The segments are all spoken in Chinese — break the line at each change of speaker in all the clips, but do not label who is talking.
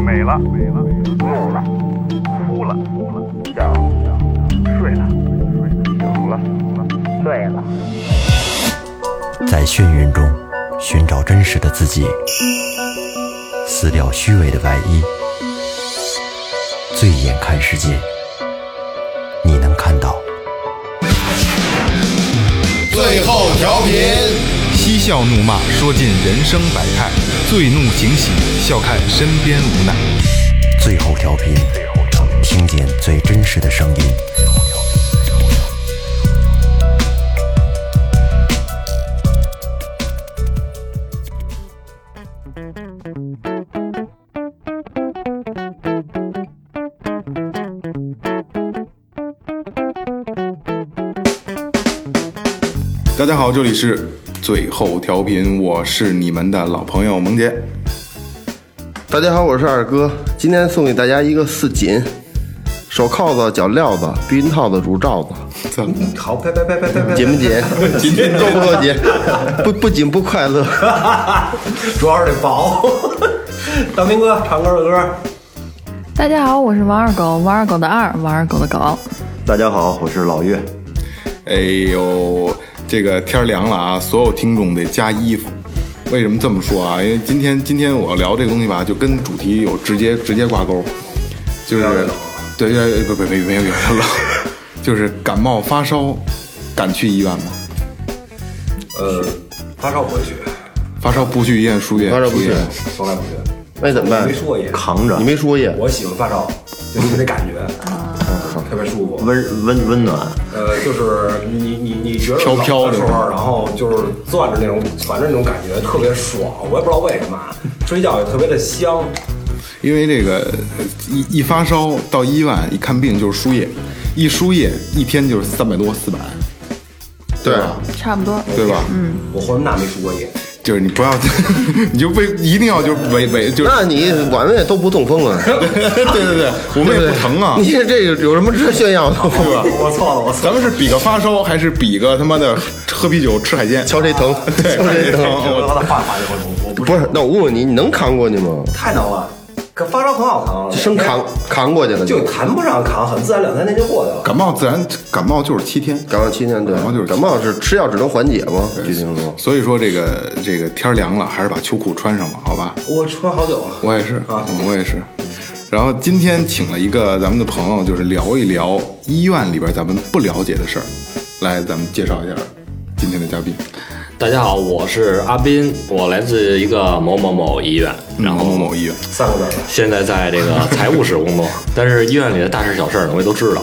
醒了，
怒了，哭了，笑了，睡了，醒了，醉了。
在眩晕中寻找真实的自己，撕掉虚伪的外衣，醉眼看世界，你能看到。
最后调频，
嬉笑怒骂，说尽人生百态；醉怒惊喜，笑看身边无奈。
最后调频，听见最真实的声音。
大家好，这里是最后调频，我是你们的老朋友萌姐。
大家好，我是二哥，今天送给大家一个四锦，手铐子、脚镣子、避孕套子、乳罩子，
操，
好，拜拜拜拜拜拜。
紧不紧？今天够不够紧？不不紧不快乐。
主要是得薄。大明哥唱歌的歌，
大家好，我是王二狗，王二狗的二，王二狗的狗。
大家好，我是老岳。
哎呦，这个天儿凉了啊，所有听众得加衣服。为什么这么说啊？因为今天今天我聊这个东西吧，就跟主题有直接直接挂钩，就是
啊
对对不不没没有有 点冷，就是感冒发烧，敢去医院吗？
呃，发烧不会去，
发烧不去医院输液，
发烧不
输
去
液，
从来不去，
那你怎么办
没？输过液。
扛着
你，没输液，
我喜欢发烧，就是那感觉，特别舒服。
温温温暖，
呃，就是你你你觉得
飘飘的
冷时候，然后就是攥着那种，反正那种感觉特别爽，我也不知道为什么啊，睡觉也特别的香。
因为这个呃一一发烧到医院一看病就是输液，一输液一天就是三百多四百，
对
吧？
差不多，
对吧？嗯，
我活这么大没输过液，
就是你不要， 你就为一定要就是违违就是。
那你我们也都不痛风啊，
对对对，我们也不疼啊
你，这这有什么值得炫耀的？
对吧？
我错了，我错了。
哦咱们是比个发烧，还是比个他妈的喝啤酒吃海鲜？
瞧谁 疼，瞧谁
哦
疼。
我他换换我我我不
不是，那我问问你，你能扛过去吗？
太能了，可发烧很好扛，啊
生扛扛过去了
就谈不上扛，很自然，两三天就过去了。
感冒自然感冒就是七天，
感冒七天，对
感冒就是，
感冒是吃药只能缓解吗？据听说，
所以说这个这个天儿凉了，还是把秋裤穿上吧，好吧？
我穿好久了，
我也是
啊
嗯我也是。然后今天请了一个咱们的朋友，就是聊一聊医院里边咱们不了解的事儿。来，咱们介绍一下今天的嘉宾。
大家好，我是阿斌，我来自一个某某某医院，然
某
后
某某医院，
三个字儿。
现在在这个财务室 工作，但是医院里的大事小事儿呢我也都知道。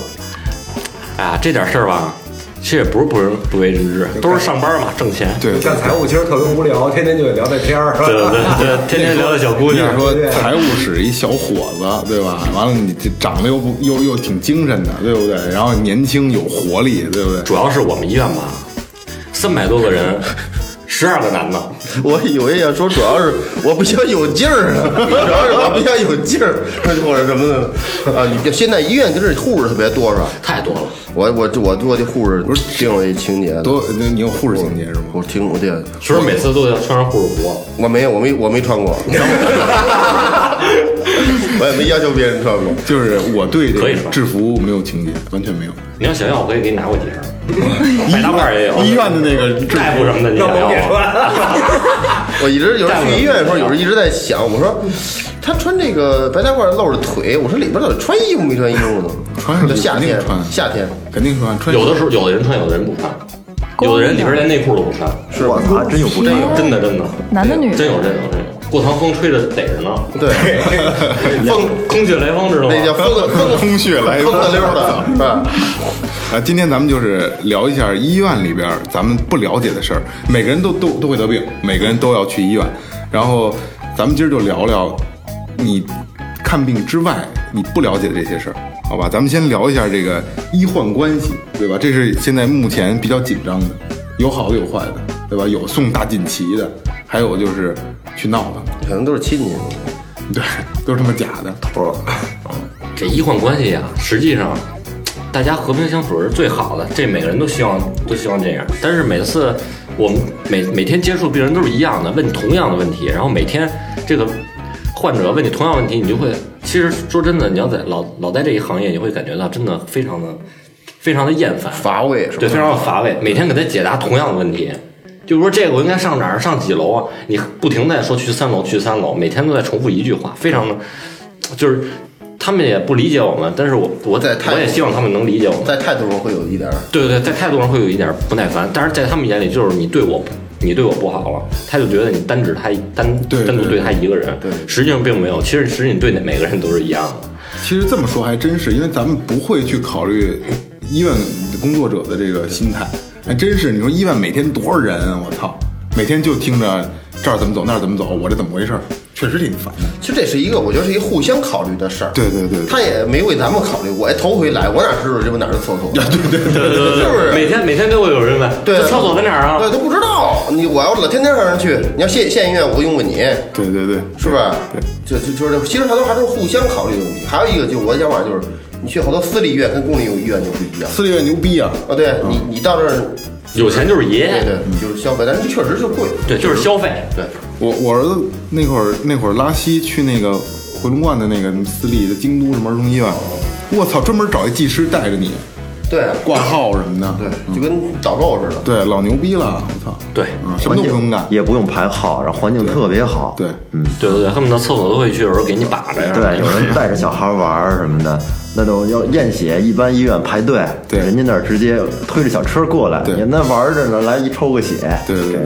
哎呀，这点事儿吧，其实也不是不人不为人知，都是上班嘛，挣钱。
对，
干财务其实特别无聊，天天就得聊这天儿，是吧
对对对， 天天聊的小姑
你
娘
想说
对
财务室一小伙子，对吧？完了，你这长得又不又又挺精神的，对不对？然后年轻有活力，对不对？
主要是我们医院吧，三百多个人，十二个男的，
我以为要说主要是我比较有劲儿呢，主要是我比较有劲儿，或者什么的啊。你现在医院跟这护士特别多是吧？
太多了。
我我我做的护士不是挺有一情节的，
多，那你有护士情节是吗？
我听我这
是不是每次都要穿上护士服？
我没有我没我没穿过， 我也没要求别人穿过。
就是我对这
可以
个
说
制服没有情节，完全没有。
你要想要，我可以给你拿过几 身儿，白大褂儿也有，
医院的那个制
大夫什么的，你
那
想
我
要
也
吗？
穿。
我一直有时候去医院的时候，有时候一直在想，我说他穿这个白大褂露着腿，我说里边到底穿衣服没穿衣服呢？
穿上
就夏
肯
天
定穿，
夏天
肯定穿穿
有的时候，有的人穿，有的人不穿，有的人里边连内裤都不穿，
是我
啊
操，真有不这
真的真的，
男的女的
真有真有真有。过堂风吹着逮着呢，
对。
风空穴来风知道
哎那叫
吗？
疯的疯的
空穴来
疯
风
的溜儿的，是吧？
啊，今天咱们就是聊一下医院里边儿咱们不了解的事儿。每个人都都都会得病，每个人都要去医院。然后咱们今儿就聊聊你看病之外你不了解的这些事儿，好吧？咱们先聊一下这个医患关系，对吧？这是现在目前比较紧张的，有好的有坏的，对吧？有送大锦旗的，还有就是去闹的，
可能都是亲戚。
对，都是他妈假的。
这医患关系啊，实际上大家和平相处是最好的，这每个人都希望都希望这样。但是每次我们每每天接触病人都是一样的，问同样的问题，然后每天这个患者问你同样问题，你就会其实说真的，你要在老老在这一行业，你会感觉到真的非常的非常的厌烦，
乏味是吧
对，非常的乏味，每天给他解答同样的问题。就是说这个我应该上哪儿，上几楼啊？你不停地在说去三楼，去三楼，每天都在重复一句话，非常的，就是他们也不理解我们，但是我我
在态度
我也希望他们能理解我们。
在态度上会有一点儿
对对，对，在态度上会有一点不耐烦，但是在他们眼里就是你对我不，你对我不好了，他就觉得你单指他一单
对
单独对他一个人，
对
实际上并没有，其实实际上你对每个人都是一样的，
其实这么说还真是，因为咱们不会去考虑医院工作者的这个心态，还真是。你说医院每天多少人啊？我操，每天就听着这儿怎么走，那儿怎么走，我这怎么回事儿？确实挺烦的。
其实这是一个，我觉得是一个互相考虑的事儿。
对对对对
他也没为咱们考虑。我也头回来，我哪知道这边哪儿是厕所？ 对对对是不 是？
每天每天都会有人问，
对，
这厕所在哪儿啊？
对，都不知道。你我要老天天让人去，你要县县医院，我用过你，
对对对，
是不是？就就就是，其实它都还是互相考虑的问题。还有一个就是我的想法就是，你去好多私立医院跟公立医院就不一样。
私立医院牛逼啊！
啊，对你你到这儿，
有钱就是爷，
对对，你就是消费，但是确实就贵。
对，就是消费，
对，
我我儿子那会儿那会儿拉稀去那个回龙观的那个私立的京都什么儿童医院，我操，专门找一技师带着你
对啊
挂号什么的，
对，就跟导购似的。
对，老牛逼了，我操，
对
嗯，什么都不用干，
也不用排号，然后环境特别好。
对，
嗯，
对对对，恨不得厕所都会去，有时候给你把着呀，
对，有人带着小孩玩儿什么的，那都要验血，一般医院排队，
对
人家那儿直接推着小车过来，
对
你那玩着呢，来一抽个血，
对对对。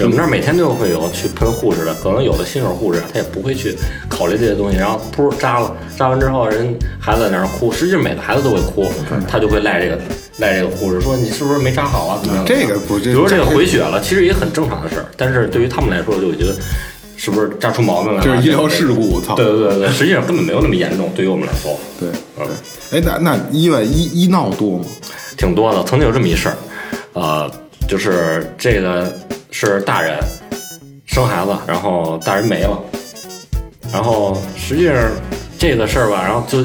我们这儿每天都会有去喷护士的，可能有的新手护士他也不会去考虑这些东西，然后噗扎了，扎完之后人孩子在那儿哭，实际上每个孩子都会哭，他就会赖这个赖这个护士说你是不是没扎好啊？怎么样？
这个不这
比如说这个回血了，其实也很正常的事儿，但是对于他们来说就会觉得是不是扎出毛病了 啊？
就是医疗事故，我操，
对。对对对对，实际上根本没有那么严重，对于我们来说，
对
嗯，
哎，那那医院医医闹多吗？
挺多的。曾经有这么一事儿，呃，就是这个是大人生孩子，然后大人没了，然后实际上这个事儿吧，然后就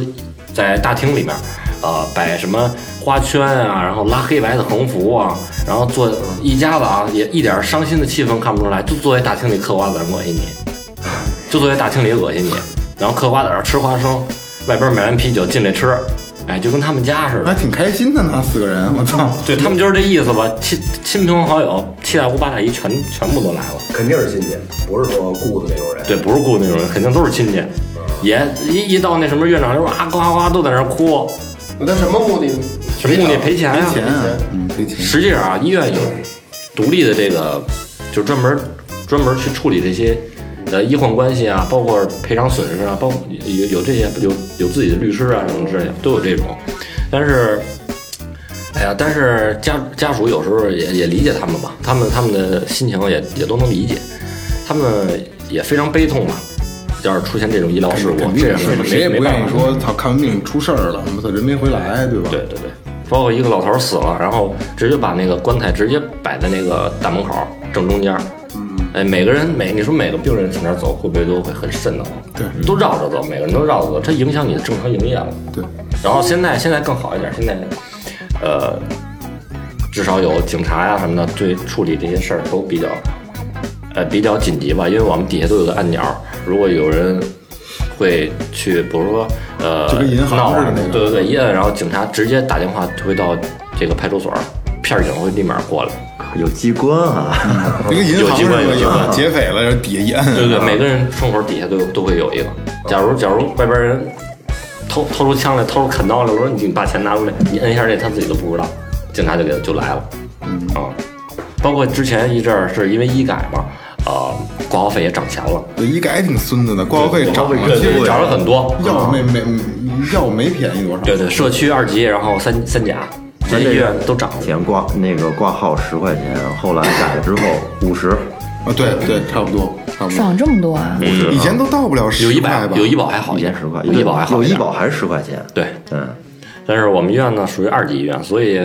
在大厅里面，呃，摆什么花圈啊，然后拉黑白的横幅啊，然后坐一家子啊，也一点伤心的气氛看不出来，就坐在大厅里嗑瓜子儿恶心你，就坐在大厅里恶心你，然后嗑瓜子儿吃花生，外边买完啤酒进来吃，哎，就跟他们家似的
还。挺开心的呢，四个人，我操，
对他们就是这意思吧，亲亲朋好友、七大姑八大姨全全部都来了。
肯定是亲戚，不是说雇的那种人。
对，不是雇那种人，肯定都是亲戚。也一一到那什么院长就说啊呱呱呱都在那儿哭，
那什么目的？
什么目的赔钱呀、
钱啊，嗯，赔钱，
实际上啊，医院有独立的这个，就专门专门去处理这些呃医患关系啊，包括赔偿损失啊，包括有有这些有有自己的律师啊什么之类的都有这种，但是。哎呀，但是家家属有时候也也理解他们吧，他们他们的心情也也都能理解，他们也非常悲痛嘛。要是出现这种医疗事故
肯，定
这也
是
没
谁也
没
不
办
愿意
法
说，操，看完病出事儿了，我操，人没回来，对吧？
对对对，包括一个老头儿死了，然后直接把那个棺材直接摆在那个大门口儿正中间儿。
嗯
哎，每个人每你说每个病人从那儿走，会不会都会很瘆得慌？
对，
都绕着走，每个人都绕着走，这影响你的正常营业了。
对，
然后现在现在更好一点，现在呃，至少有警察呀、什么的对处理这些事儿都比较呃比较紧急吧，因为我们底下都有个按钮儿，如果有人会去，比如说呃
就跟银行
闹啊
似的那个
对对对，一摁，然后警察直接打电话推到这个派出所儿，片儿警会立马过来。
有机关 啊，
一个银
有
行
机
是吧啊
关有机关
劫匪了，然后底下一啊摁，
对对，每个人窗口底下都有都会有一个。假如假如外边人偷偷出枪来，偷出砍刀来，我说你把钱拿出来，你摁一下这，他自己都不知道，警察就给他就来了。啊，包括之前一阵儿是因为医改嘛，啊，挂号费也涨钱了，
对医改挺孙子的，挂号费涨了，
对
其
对，
实
涨了很多。嗯
药没没药没便宜多少，
对对，社区二级，然后三三甲，这些医院都涨了。
前挂那个挂号十块钱，后来改了之后五十，
啊，对对，差不多差不多，
涨这么多啊！
以前都到不了
有
十
医
块
保
吧，，
有医保还好
一
一
天
点，
十块，
有医保还好
有
一
医
点。
保还是十块钱。
对，
嗯，
但是我们医院呢属于二级医院，所以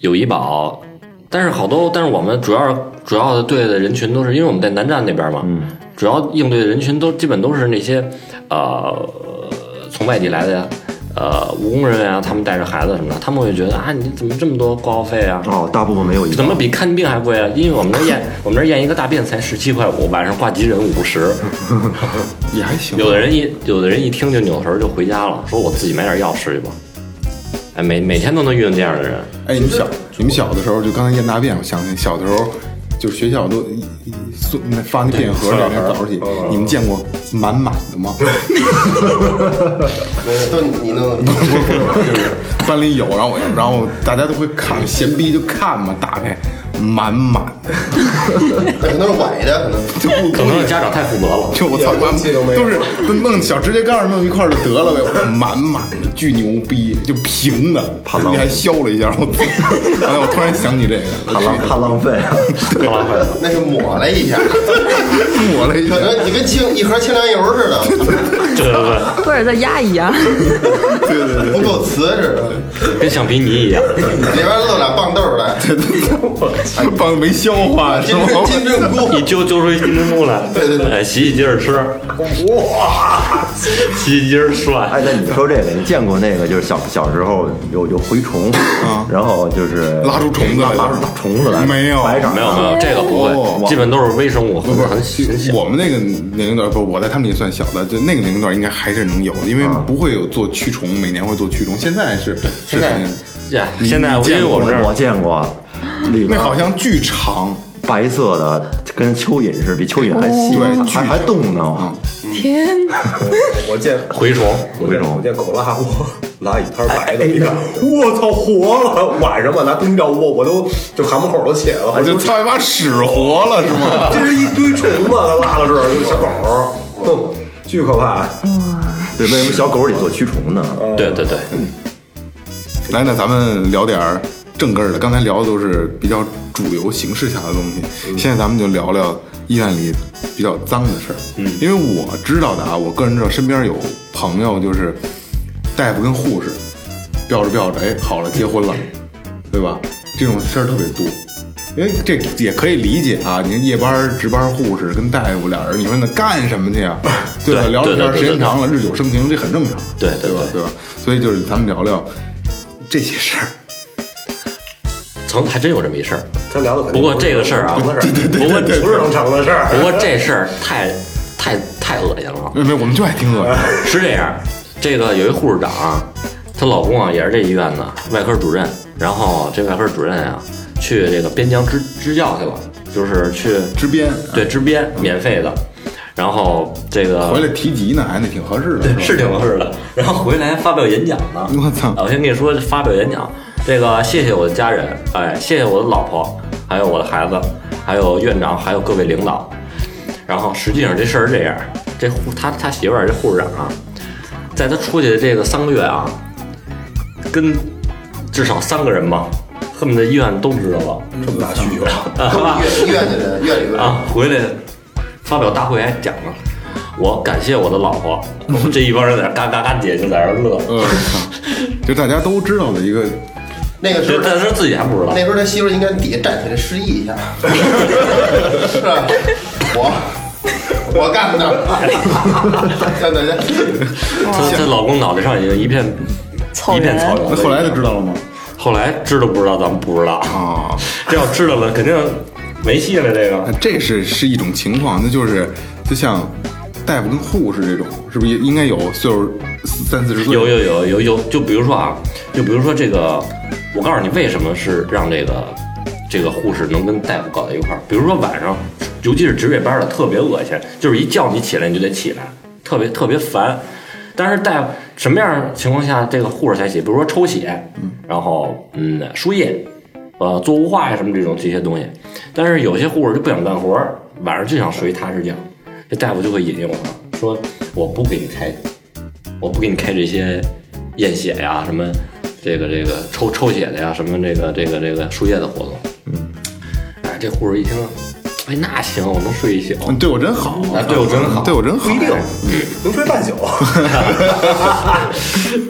有医保，但是好多，但是我们主要主要的对的人群都是因为我们在南站那边嘛，
嗯
主要应对的人群都基本都是那些呃从外地来的呃务工人员啊，他们带着孩子什么的，他们会觉得啊，你怎么这么多挂号费啊？
哦，大部分没有医
怎
保
么比看病还贵啊？因为我们那儿验，我们那儿验一个大便才十七块五，晚上挂急诊五十。
也还行。
有的人一有的人一听就扭头就回家了，说我自己买点药吃去吧。哎，每每天都能遇到这样的人，
哎，你们小你们小的时候就刚才验大便，我想起小的时候，就是学校都一一送那发那便盒，两天早上起，你们见过满满的吗？
都你弄的，
就是 班里有，然后我然后大家都会看，闲逼就看嘛，打开满满的，
那可能是崴的，可能。
就不
可能是家长太负责了。
就我操，
连
满
东西都没有
都是都弄小指甲盖儿弄一块儿就得了呗，满满的巨牛逼，就平的，你还削了一下，我操！哎，我突然想起这个，
怕浪怕浪费啊，
好了，快乐
那是抹了一下，
抹了一下
可，能你跟清一盒清凉油似的，
对对
或者再压啊一压，
不够瓷似的，
对， 跟橡皮泥一 样。
里边露俩棒豆来，
棒没消化是
金
吗？
针金针菇，
一揪揪出一金针菇来， 对对对，洗洗接着吃，哇， 洗洗接着涮，
哎，那你说这个，你见过那个就是小小时候有有蛔虫，
啊
然后就是
拉出虫子来
拉出虫子来，
没有
白长
没有没有，这个不
哦
会，基本都是微生物，很
不是
很小。
我们那个年龄段，不，我在他们那算小的，就那个年龄段应该还是能有的，因为不会有做驱虫，每年会做驱虫。现在是啊现在
呀，哎现在因为我们这
我
儿
我见过，里
那
边
好像巨长，
白色的，跟蚯蚓似的，比蚯蚓还细，
对
还还动呢。
天，
我见
蛔虫，
我见我见口拉窝拉一摊白的，一看，我操，活了！晚上吧，拿灯一照我，我都就喊门口都起来了，
我啊就
就
操一把屎活了是吗？
这是一堆虫子拉到这儿，就小狗，哼，巨可怕。
对，为什么小狗里做驱虫呢？
对对对，
来，那咱们聊点儿正根儿的。刚才聊的都是比较主流形式下的东
嗯
西，现在咱们就聊聊医院里比较脏的事儿。嗯，因为我知道的啊，我个人知道身边有朋友就是大夫跟护士吊着吊着，哎，好了，结婚了，对吧？这种事儿特别多。因为这也可以理解啊，你夜班儿值班儿护士跟大夫俩人，你说那干什么去 啊？对吧？
对
聊着
对
天儿
对
时
对
间长了，日久生情，这很正常。
对对
对吧？对吧？所以就是咱们聊聊这些事儿。
曾还真有这么一事儿，
咱聊的肯
不
定
过这个事儿啊，
不是
对对对，不过
不是能成的事儿。
不过这事儿太太太恶心了，
没有没有，我们就爱听恶心。
是这样，这个有一护士长啊，她老公啊也是这医院的外科主任，然后这外科主任啊去这个边疆支支教去了，就是去
支边
对支边免费的，然后这个
回来提及呢，还那挺合适的。
是挺合适的。然后回来还发表演讲呢。
我
啊
操
啊 我先跟你说，发表演讲，这个谢谢我的家人，哎，谢谢我的老婆，还有我的孩子，还有院长，还有各位领导。然后实际上这事儿是这样，这护他他媳妇儿这护士长啊，在他出去的这个三个月啊，跟至少三个人吧，恨不得医院都知道了。
嗯这么大需 求，
院院里的院里边
啊，回来发表大会还讲了，我感谢我的老婆。这一帮人在那嘎嘎嘎姐就在那乐，
呃，操就大家都知道的一个，
那个时
这
候。
但是自己还不知道
那。时候他媳妇儿应该底下站起来示意 一下，是吧？我我干的，站起来，
她她老公脑袋上已经一片
草
一
原
片草原
那
了。
后来就知道了吗？
后来知道不知道咱们不知道，
啊，
这要知道了肯定没戏了。这个
这是是一种情况，那就是就像大夫跟护士这种，是不是也应该有岁数四三四十岁？
有有有有有，就比如说啊，就比如说这个，我告诉你为什么是让这个这个护士能跟大夫搞到一块儿。比如说晚上，尤其是值夜班的，特别恶心，就是一叫你起来你就得起来，特别特别烦。但是大夫什么样情况下这个护士才起？比如说抽血，然后嗯输液，呃做雾化呀什么这种这些东西。但是有些护士就不想干活儿，晚上就想睡一踏实觉，这大夫就会引诱他，说我不给你开我不给你开这些验血呀，什么这个这个抽抽血的呀，什么这个这个这个输液的活动。嗯，哎，这护士一听，哎，那行，我能睡一宿。
嗯，对我真好，啊
哎对我真好
对我真好，
不一定能吹半宿。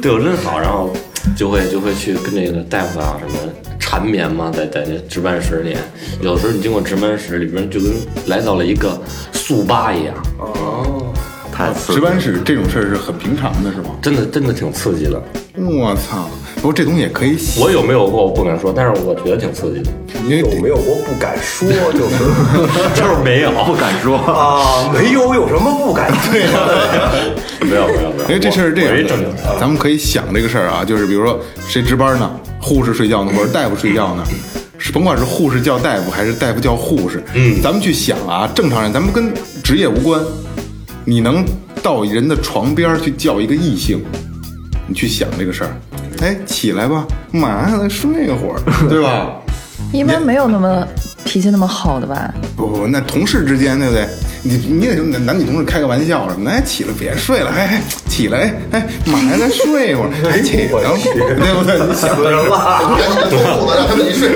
对我真好，然后就会就会去跟这个大夫啊什么缠绵嘛，在在这值班室里，有时候你经过值班室里边就跟来到了一个速八一样，
哦，
太刺激了。
值班室这种事儿是很平常的，是吗？
真的真的挺刺激的。
我操！不过这东西也可以洗，
我有没有过我不敢说，但是我觉得挺刺激的，
因为
有没有过不敢说？就是
就是没有，
不敢说，
啊，没有，有什么不敢说的？
没有没有没有。
因为哎这事儿是这
我一
样
正经
的，咱们可以想这个事儿啊，就是比如说谁值班呢，护士睡觉呢，或者大夫睡觉呢，是甭管是护士叫大夫还是大夫叫护士，嗯，咱们去想啊，正常人，咱们跟职业无关，你能到人的床边儿去叫一个异性，你去想这个事儿，哎，起来吧，嘛呢，睡一会儿，对 吧？
一般没有那么脾气那么好的吧？
不不，不，那同事之间对不对？你你也就男女同事开个玩笑什么的，哎，起来别睡了，哎哎，起来，哎哎，马上再睡 一会儿，哎起来，对不对？你想
死人了！
赶紧脱裤子让他们一睡，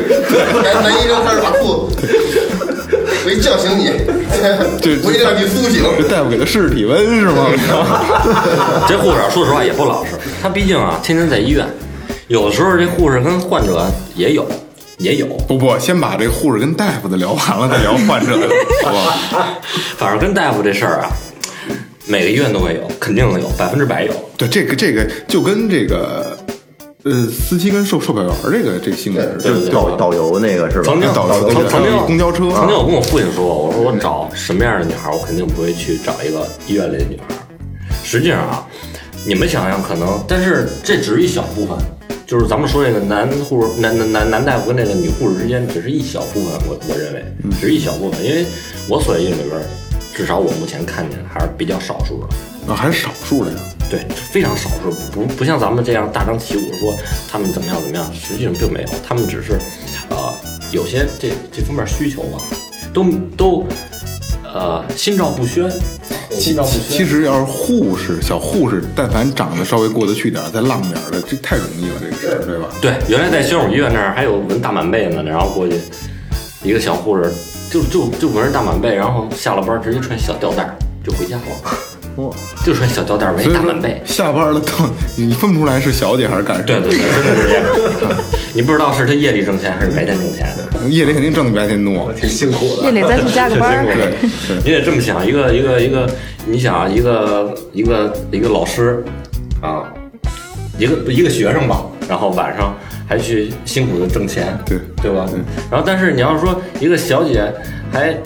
男男医生开始把裤子，我一叫醒你，
这
我一定让你苏醒。
这大夫给他试试体温是吗？
这护士啊说实话也不老实，他毕竟啊天天在医院，有时候这护士跟患者也有也有，
不不，先把这护士跟大夫的聊完了，再聊患者的，好吧？
反正跟大夫这事儿啊，每个医院都会有，肯定有，百分之百有。
对，这个这个就跟这个呃司机跟售售票员这个这个性质似的，
对
就导导游那个是吧
曾？经
导游
曾曾经
公交车
啊曾经我跟我父亲说过，我说我找什么样的女孩，我肯定不会去找一个医院里的女孩。实际上啊，你们想想可能，但是这只是一小部分，就是咱们说这个男护士、男男男男大夫跟那个女护士之间，只是一小部分。我我认为
嗯
只是一小部分，因为我所认为里边，至少我目前看见还是比较少数的。
啊还是少数的呀。
对，非常少数，不不像咱们这样大张旗鼓地说他们怎么样怎么样，实际上并没有，他们只是，呃，有些这这方面需求吧，都都，呃，心照不宣，心照不宣。
其实要是护士，小护士，但凡长得稍微过得去点儿，再浪点儿的，这太容易了，这个事儿，对吧？
对，原来在宣武医院那儿还有纹大满背呢，然后过去一个小护士就就就纹着大满背，然后下了班直接穿小吊带儿就回家了，就穿小吊带儿
所
围
以
大
说
满背，
下班了，到你分不出来是小姐还是干什么。
对对对，真的是这样， 你不知道是他夜里挣钱还是白天挣钱。
夜里肯定挣的比白天多。
挺辛苦的。
夜里再去加个班 儿，
对，
你得这么想，一个一个一个，你想啊，一个一个一个老师啊，一个一个学生吧，然后晚上还去辛苦的挣钱，
对
对吧？然后但是你要说一个小姐还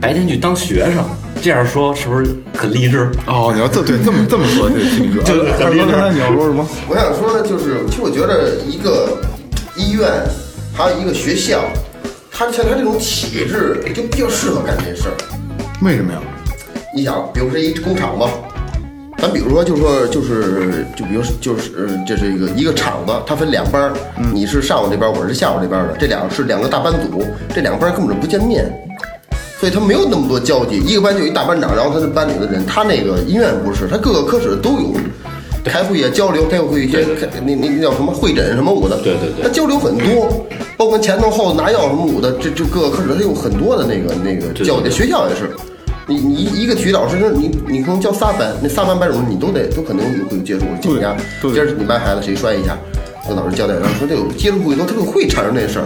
白天去当学生，这样说是不是很励志？
哦，你要这对这么这么说，这挺哥，二哥刚才你要说什么？
我想说的就是，其实我觉得一个医院，还有一个学校，它像它这种体制就比较适合干这事儿。
为什么呀？
你想，比如说一工厂吧，咱比如说就是说就是就比如就是呃就是一个一个厂子，它分两班儿，你是上午这边儿，我是下午这边儿的，这两个是两个大班组，这两个班儿根本就不见面，所以他没有那么多交集。一个班就一大班长，然后他的班里的人，他那个医院不是，他各个科室都有。开会啊，交流，他又会一些开那那那叫什么会诊什么舞的，
对对对
他交流很多，包括前头后拿药什么舞的，这这各个科室他有很多的那个那个
对
交
对
流。学校也是，你你一一个体育老师，那你你可能教仨班，那仨班班主任你都得都肯定有会有接触，
对
请假，
对
今儿你班孩子谁摔一下，跟老师交代，然后说这有接触过多，他就会产生这事儿。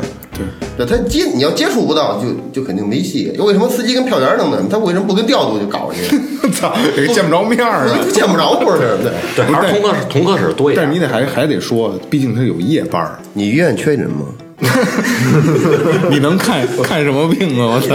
对，他接你要接触不到，就就肯定没戏。为什么司机跟票员弄呢？他为什么不跟调度就搞去？
操，这个见不着面儿啊！
见不着不是？对，
对，还是同科室同科室多一
但是
点
你。得还还得说，毕竟他有夜班儿，
你医院缺人吗？
你能看看什么病啊？我操！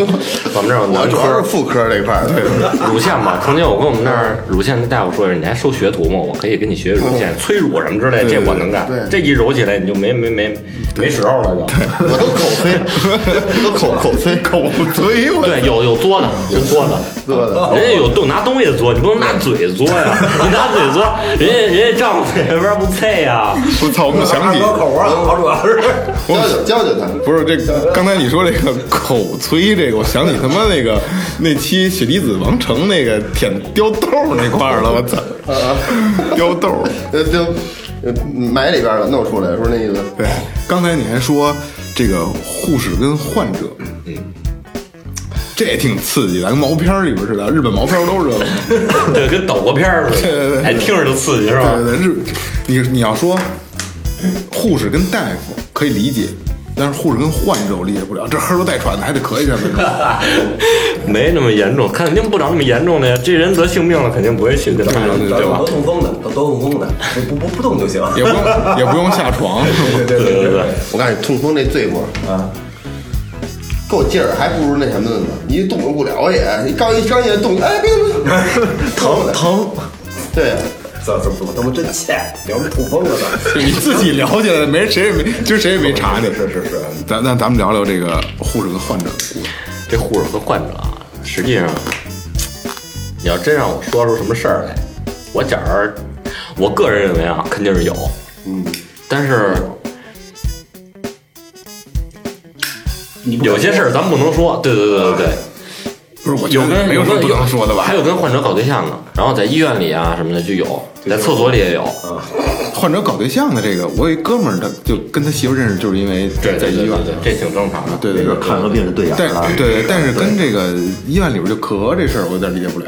我们这儿有男
主
科
要是妇科这块儿的。
乳腺嘛，曾经我跟我们那儿乳腺的大夫说，你还收学徒吗？我可以给你学乳腺催乳什么之类的，这我能干
哦对对。
这一揉起来你就没没没没时候了就。
我都口吹，都口口吹，口吹我
对，有有嘬的，有嘬 的，
嘬的
人家有动拿东西嘬，你不能拿嘴 嘬呀，你拿嘴嘬，人家人家丈夫那边不菜呀。
我操！我们想
二
起
哥口啊，好主要是
教教教教他。
不是这刚才你说这个口催这个，我想起他妈那个那期血滴子王成那个舔貂豆儿那块儿了，我操！貂豆儿。
呃，就呃埋里边了，弄出来，说那意思。
对，刚才你还说这个护士跟患者，嗯，这也挺刺激的，跟毛片儿里边似的，日本毛片儿都是这个。
对，跟抖过片儿似
对对
的，
对
还听着就刺激是吧
对？对对，日，你你要说护士跟大夫可以理解，但是护士跟患者我理解不了，这黑儿都带喘的还得咳一下子。
没那么严重，肯定不找那么严重的呀。这人得性病了，肯定不会去给他骂
对
人。
对吧
多痛风的，多痛风的，不不不动就行。
也不用也不用下床，
对对对对，
我告诉你，痛风那罪过啊，够劲儿，还不如那什么的呢。你动不了也，你刚一刚一动，哎，别别，疼疼，对，
怎怎怎么他妈真欠，聊着痛风了呢？
你自己聊起来的，没人谁也没，今儿谁也没查你。
是是是，
咱那咱们聊聊这个护士和患者的故事。
这护士和患者啊，实际上，你要真让我说出什么事儿来，我觉着，我个人认为啊，肯定是有，嗯，但是有些事儿咱不能说，对对对对对。
不是，我觉
有
得
跟
没有什么
跟
不能说的吧
还？有跟患者搞对象呢，然后在医院里啊什么的就有，在厕所里也有，
患者搞对象的这个，我有一哥们儿，他就跟他媳妇认识，就是因为在
对
在
对
医
对
院
对，对，这挺正常的。
对
没
对
准
对。
看个病人对眼
但
了，
对，但是跟这个医院里边就咳这事儿，我有点理解不了。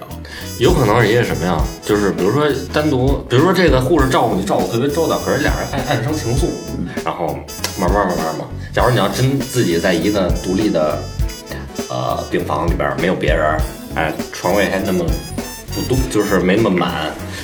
有可能人家什么呀？就是比如说单独，比如说这个护士照顾你照顾特别周到，可是俩人爱暗生情愫，
嗯
然后慢慢慢慢嘛。假如你要真自己在一个独立的呃病房里边没有别人，哎，床位还那么不多，就是没那么满，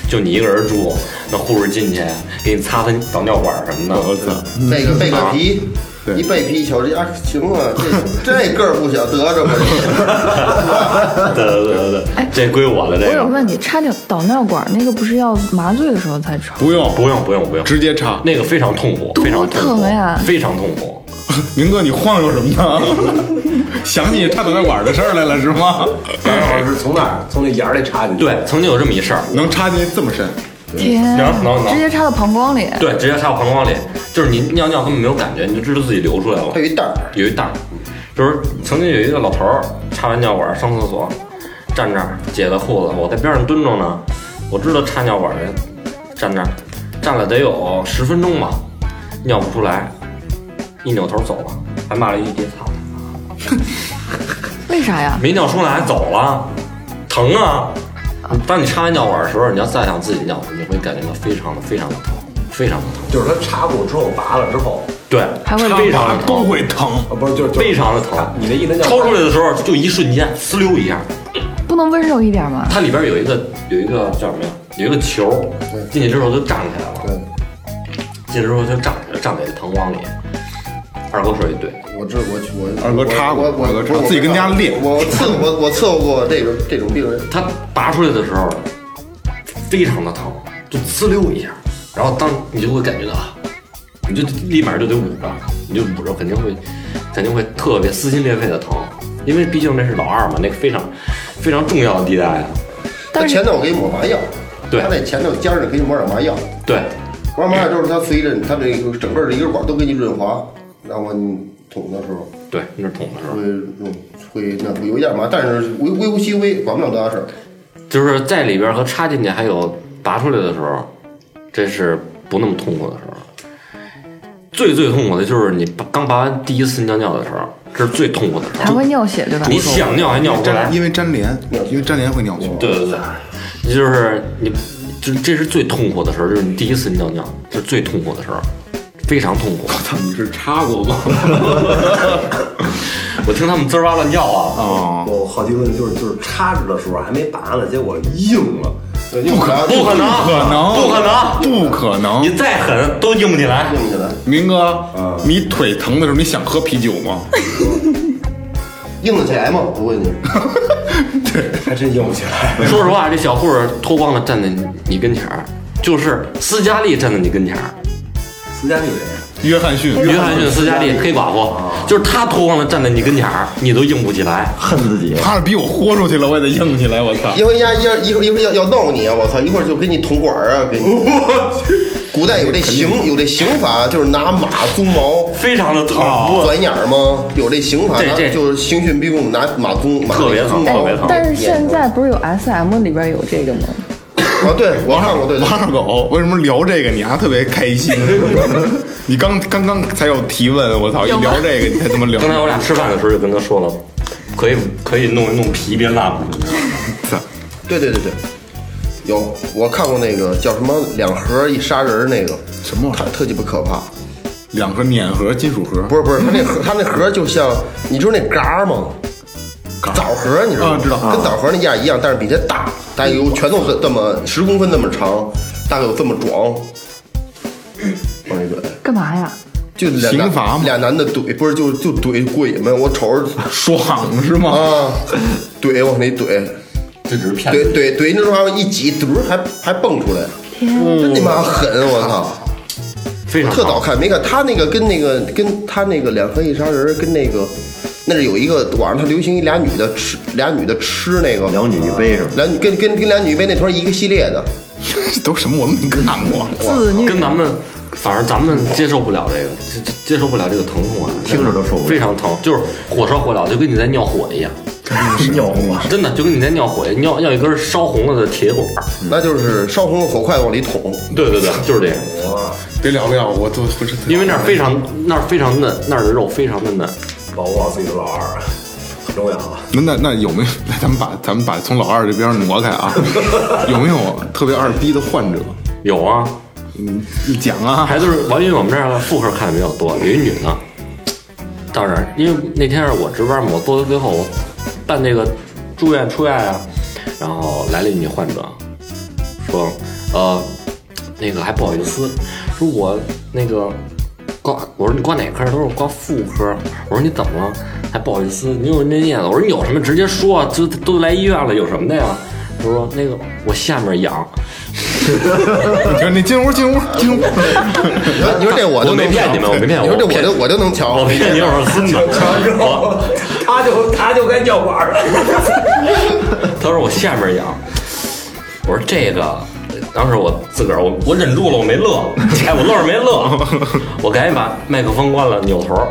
就你一个人住，那护士进去给你擦擦导尿管什么的，
我操！
背个背个皮
对。
一背皮一瞧，这啊行啊， 这这个儿不小，得着吧 这。
对对对对
哎
对，这归我了，这
我有
个
问题，插尿导尿管那个不是要麻醉的时候才插？
不用，
不用不用不用，
直接插。
那个非常痛苦，非常痛
多
苦
疼呀
非常痛苦。
明哥，你晃悠什么呢？ 想起插导尿管的事儿来了是吗？
然后是从那儿从那眼儿里插进去。
对，曾经有这么一事儿，
能插进去这么深？
天
能能，能
直接插到膀胱里。
对，直接插到膀胱里，就是你尿尿根本没有感觉，你就知道自己流出来了
还。有一袋儿，
有一袋儿，就是曾经有一个老头儿插完尿管儿上厕所，站这儿解了裤子，我在边上蹲着呢，我知道插尿管儿人站这儿，站了得有十分钟吧，尿不出来，一扭头走了，还骂了一句操。
为啥呀？
没尿出来走了，疼啊！当你插完尿管的时候，你要再想自己尿，你会感觉到非常的非常的疼，非常的疼。
就是他插过之后拔了之后，
对，
还会
非常的
都
疼，
会疼。
啊不是就是
非常的疼。
你的意思叫
抽出来的时候就一瞬间，呲溜一下，
不能温柔一点吗？
它里边有一个有一个叫什么呀？有一个球，进去之后就胀起来了。进去之后就胀起来，胀在膀胱里，二狗水一兑。
我这我我
二哥插过
我我
二哥插
我我
自己跟家练
我我伺我我伺候过这种这种病人，
他拔出来的时候，非常的疼，就呲溜一下，然后当你就会感觉到，啊你就立马就得捂着，你就捂着，肯定会，肯定会特别撕心裂肺的疼，因为毕竟那是老二嘛，那个非常非常重要的地带啊。
他
但是
前头我给你抹麻药，
对
他在前头尖儿上给你抹点麻药，
对，
抹麻药之后，他随着他这个整个的一个管都给你润滑，然后你捅的时候
对，那是捅的时候
会，嗯会那会有一点麻，但是微微乎其微，管不了多大事儿。
就是在里边和插进去还有拔出来的时候，这是不那么痛苦的时候。最最痛苦的就是你刚拔完第一次尿尿的时候，这是最痛苦的时
还
候。
会尿血对吧？
你想尿还尿不出来
粘，，因为粘连，因为粘连会尿血。
对对对，就是你，就这是最痛苦的时候，就是你第一次尿尿，这是最痛苦的时候，非常痛苦。
操，你是插过吗？
我听他们滋儿哇乱叫啊，
哦，
我好奇问就是就是插着的时候还没拔呢，结果硬了，
不可能
不可能，
啊不可能，
不可
不
能，
可
你
能！
再狠都硬不起来。
硬起来，
明哥，你腿疼的时候，你想喝啤酒吗？
硬得起来吗？我问你，
还真硬不起来。
说实话，这小护士脱光了站在你跟前儿，就是斯嘉丽站在你跟前儿，
斯嘉丽谁？
约翰逊，
约翰逊、斯嘉丽、啊黑寡妇，就是她脱光了站在你跟前儿，你都硬不起来。
恨自己。
他是比我豁出去了，我也得硬起来。我 操！
一会儿压一会儿一会儿一会儿要要闹你啊！我操，一会儿就给你捅管儿啊！给你，古代有这刑有这刑罚，就是拿马鬃毛。
非常的疼，
转眼儿吗？有这刑罚，
这这
拿就是刑讯逼供，拿马鬃，马
特别疼，特别
哎
疼，。
但是现在不是有 S M 里边有这个吗？
啊！对，我看过，对对
王，二狗，为什么聊这个你啊还特别开 心？你刚刚刚才有提问，我操！一聊这个你才他 妈聊。
刚才我俩吃饭的时候就跟他说了，可以可以弄一弄皮鞭蜡烛。
操
对对对对，有我看过那个叫什么两盒一杀人儿那个，
什么玩意
特
儿？
特鸡巴可怕。
两盒碾盒金属盒，
不是不是，他那盒他那盒就像，你知道那嘎儿吗？枣核，你知道吗？
啊知道
跟枣核那样一样，但是比这大，大概有拳头这这么十公分那么长，大概有这么壮。往里怼，
干嘛呀？
就俩
刑罚吗
俩男的怼，不是就就怼过瘾吗？我瞅着
爽是吗？
啊，怼往里怼，
这只是骗
怼
子。
怼怼那玩意儿一挤，嘟还还蹦出来，
天，
真你妈狠！我操！
非常
特
好
早看，没看他那个跟那个跟他那个两河一杀人跟那个，那是有一个网上他流行一俩女的吃俩女的吃那个啊
两女一杯是吧？
俩女跟跟跟俩女杯那团一个系列的，
这都什么我们没看过，
自虐
跟咱们，反正咱们接受不了这个，接接受不了这个疼痛啊，
听着都受不了
非常疼，就是火烧火燎，就跟你在尿火一样，
尿火，
啊
真的就跟你在尿火一样尿尿一根烧红了的铁管儿。
那就是烧红了火筷子往里捅，
对对对，就是这样，
别聊聊，我都不是
因为那儿非常那儿非常嫩，那儿的肉非常的嫩。
保护好自己的老二，很重要啊。
那那那有没有？那咱们把咱们把从老二这边挪开 啊，有没有特别二逼的患者？
有啊，
嗯，你讲啊，
还都是完，因为我们这儿的妇科看的比较多，有一女的到这儿，因为那天是我值班嘛，我做到最后我办那个住院出院啊，然后来了一女患者，说呃那个还不好意思，说我那个刮，我说你刮哪科？他说我刮妇科。我说你怎么了？还不好意思，你有人家念了。我说你有什么直接说啊，就都来医院了，有什么的呀？他说那个我下面痒，
你听，你进屋进屋进屋，
你说你说这我
我
都
啊没
能
骗
瞧
你们，我没骗
你
我
说这我
骗
就我就能瞧，
我骗你，我是孙子。我
他就他就该尿管了。
他说我下边痒，我说这个，当时我自个儿我我忍住了，我没乐，哎，我愣是没乐，我赶紧把麦克风关了，扭头，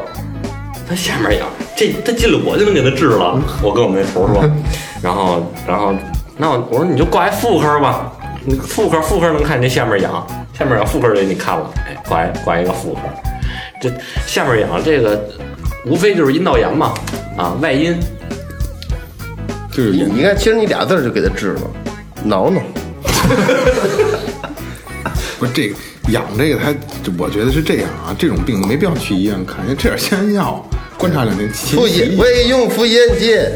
他下面痒，这他进来我就能给他治了，我跟我们那头说，然后然后那我我说你就挂一妇科吧，你妇科妇科能看这下面痒，下面痒妇科得你看了，哎，挂一挂一个妇科，这下面痒这个无非就是阴道炎嘛，啊，外阴。
就是
你你看，其实你俩字儿就给他治了，挠挠。
不是这个养这个，他我觉得是这样啊，这种病没必要去医院看，吃点仙人药，观察两天，
妇炎未用妇炎洁，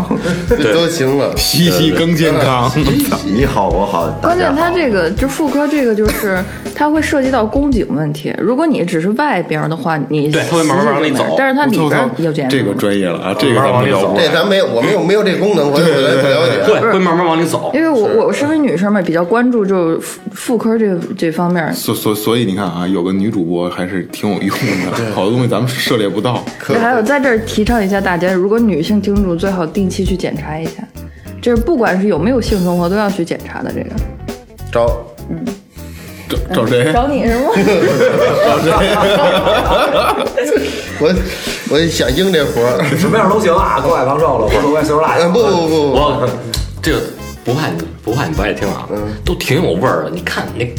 这都行了。
息息更健 康。
你好我好，大
关
家
键它
好。
这个就妇科这个就是它会涉及到宫颈问题。如果你只是外边的话，你
对它会慢慢往里走
习惯但是它里
我
边
操
有这样
这个专业了啊，这个咱们聊不
这咱没有，我没有没有这功能，我我来不了解。
会会慢慢往里走，
因为我我身为女生嘛，比较关注就是妇妇科这这方面。
所所所以你看啊，有个女主播还是挺有用的，好多东西咱们涉猎不到。
还有在这儿提倡一下大家，如果女性听众最好定期去检查一下，这是不管是有没有性生活都要去检查的。这个
招
找找谁？
找你是吗？
我我想应这活儿。
什么样都行啊，高矮胖瘦了，无所谓，岁数大
哎，
小。
不不不不，
我这个不怕你不怕你不爱听啊，
嗯
都挺有味儿的。你看你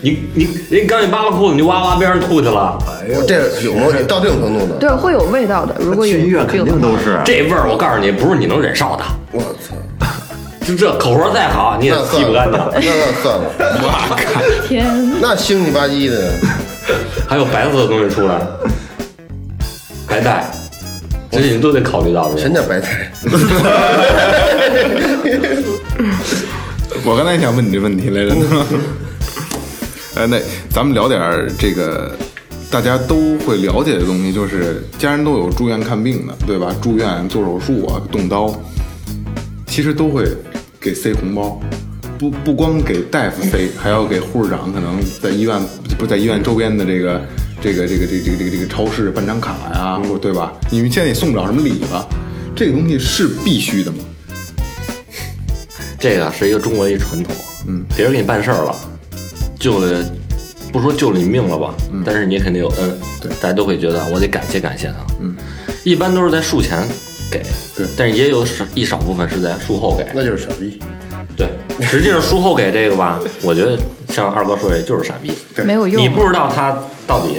你你人刚一扒拉裤子，你就哇哇边上吐去了，
我这有没有到这种程度呢？
对，会有味道的。如果有
去医院
病
肯定
的话
都是，
这味儿我告诉你，不是你能忍受的。
我操，
就这口活再好，你也
那
吸
算
不干
了，
净。
那那算 了，
天，
那腥你吧唧的。
还有白色的东西出来，白带，这些你都得考虑到。
什么叫白菜？
我刚才也想问你这问题来着呢。 呃，那咱们聊点儿这个大家都会了解的东西，就是家人都有住院看病的，对吧？住院做手术啊，动刀，其实都会给塞红包，不不光给大夫塞，还要给护士长，可能在医院不是在医院周边的这个这个这个这个这个这个这个超市办张卡呀、或对吧？你们现在也送不了什么礼了，这个东西是必须的吗？
这个是一个中国的一传统，嗯，别人给你办事儿了，救了，不说救了你命了吧，但是你肯定有恩，嗯对，大家都会觉得我得感谢感谢他，嗯，一般都是在术前给，对，但是也有少一少部分是在术后给，
那就是傻逼。
对，实际上术后给这个吧， 我觉得像二哥说的就是傻逼，
没有用。啊
你不知道他到底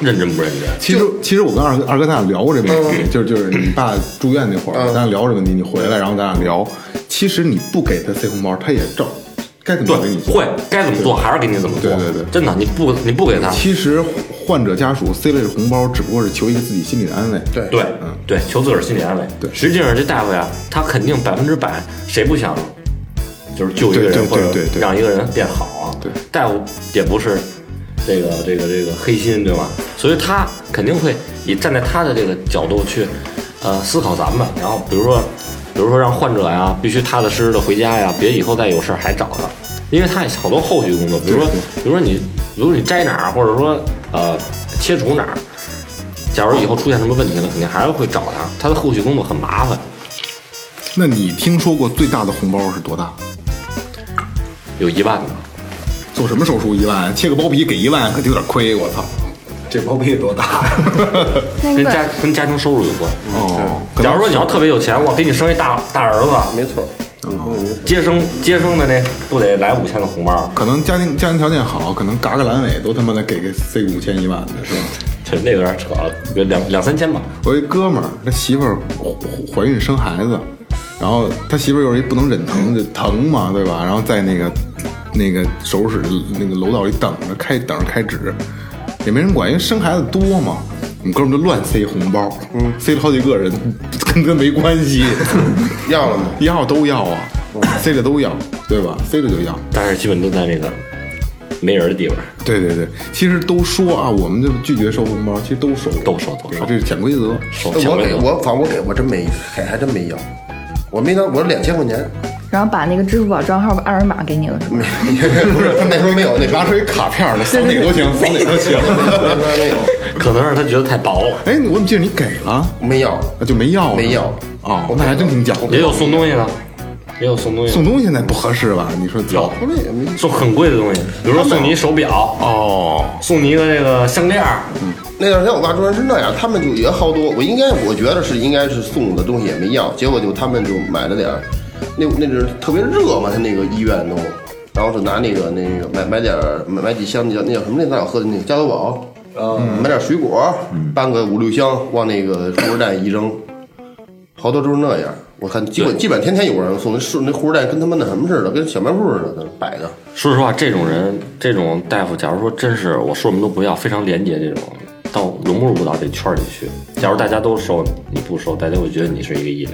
认真不认真，
其实其实我跟二哥二哥咱俩聊过这问
嗯
题，就是就是你爸住院那会儿，咱俩聊这问题，你回来然后咱俩聊。其实你不给他塞红包，他也照该怎么
对
做给你，做。
会该怎么做还是给你怎么做。
对对对
真的，你不你不给他，
其实患者家属塞了这红包，只不过是求一个自己心里的安慰。
对
对对，求自个儿心理安慰。
嗯对
实际上这大夫呀，他肯定百分之百，谁不想就是救一个
对
人
对
或者
对对对
让一个人变好啊？
对，
大夫也不是这个这个这个黑心对吧？所以他肯定会以站在他的这个角度去呃思考咱们，然后比如说比如说让患者呀必须踏踏实实的回家呀，别以后再有事儿还找他。因为他好多后续工作，比如说，比如说你，比如说你摘哪儿，或者说呃切除哪儿，假如以后出现什么问题了，肯定还是会找他，他的后续工作很麻烦。
那你听说过最大的红包是多大？
有一万的，
做什么手术一万？切个包皮给一万，可有点亏，我操！
这包皮多大 呀？
那
跟
你本
家跟家庭收入有关。
哦，可
嗯假
能
如说你要特别有钱，我给你生一大大儿子，嗯
没错，
接生接生的那不得来五千的红包？
可能家庭家庭条件好，可能嘎个阑尾都他妈的给个塞五千一万的是吧？
这那有点扯了，有两两三千吧。
我一哥们儿，他媳妇儿怀怀孕生孩子，然后他媳妇儿又是一不能忍疼，就疼嘛，对吧？然后在那个那个手术室那个楼道里等着开等着开指，也没人管，因为生孩子多嘛。我们哥们儿就乱塞红包，嗯，塞了好几个人，跟跟没关系，
要了吗？
要都要啊，塞着都要，对吧？塞着就要。
但是基本都在那个没人的地方
对对对，其实都说啊，我们就拒绝收红包，其实都收，
都收都收
这是潜规则。
收
那
小
我
规
给
则。
我反正我给我真没给，还真没要，我没拿，我两千块钱，
然后把那个支付宝账号二维码给你了，是吗？
没不是他那时候没有，那时候
拿出一卡片儿来，扫哪个都 行，扫哪个都行。
那时候没有，
可能是他觉得太薄了，
哎，我怎么记得你给了？
没要，
啊，就没要了？
没要
哦，那还真挺讲
也
究。
有送东西的，也有送东西的
送，东西现在不合适吧？你说
有
后来也没
送很贵的东西，比如说送你一手表，
哦，
送你一个这个项链儿，
那段时间我爸住院是那样，他们就也好多，我应该我觉得是应该是送的东西也没要，结果就他们就买了点儿，那那阵儿特别热嘛，他那个医院都，然后就拿那个那个买买点儿买买几箱那叫那叫什么那咱俩喝的那个加多宝，嗯，买点水果，搬个五六箱往那个护士站一扔，好多都是那样。我看基本基本天天有人送，是那护士站跟他妈那什么似的，跟小卖部似的在那摆着。
说实话，这种人，这种大夫，假如说真是我说什么都不要，非常廉洁这种，到融入不到这圈儿里去。假如大家都收，你不收，大家会觉得你是一个异类；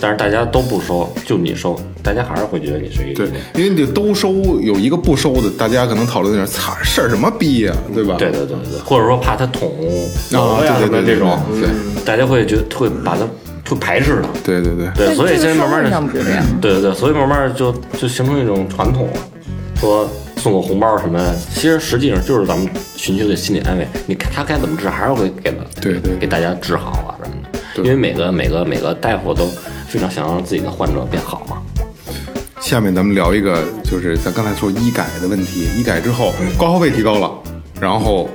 但是大家都不收，就你收，大家还是会觉得你是一个
对
异类。，
因为你都收，有一个不收的，大家可能讨论点惨事儿什么逼呀，对吧？
对对对对，或者说怕他捅
啊
楼呀
对
什么
对对对
这种，
对
大家会觉得会把他会排斥他。
对对对，
对，
对
所以
这个
现在
社
慢慢
会
的
上不是这样，
对对对，所以慢慢地就就形成一种传统了，说送个红包什么的，其实实际上就是咱们寻求的心理安慰。你看他该怎么治，还是会给他，
对对
给大家治好啊什么的。
对
因为每个每个每个大夫都非常想让自己的患者变好嘛。
下面咱们聊一个，就是咱刚才说医改的问题，医改之后挂号费提高了，然后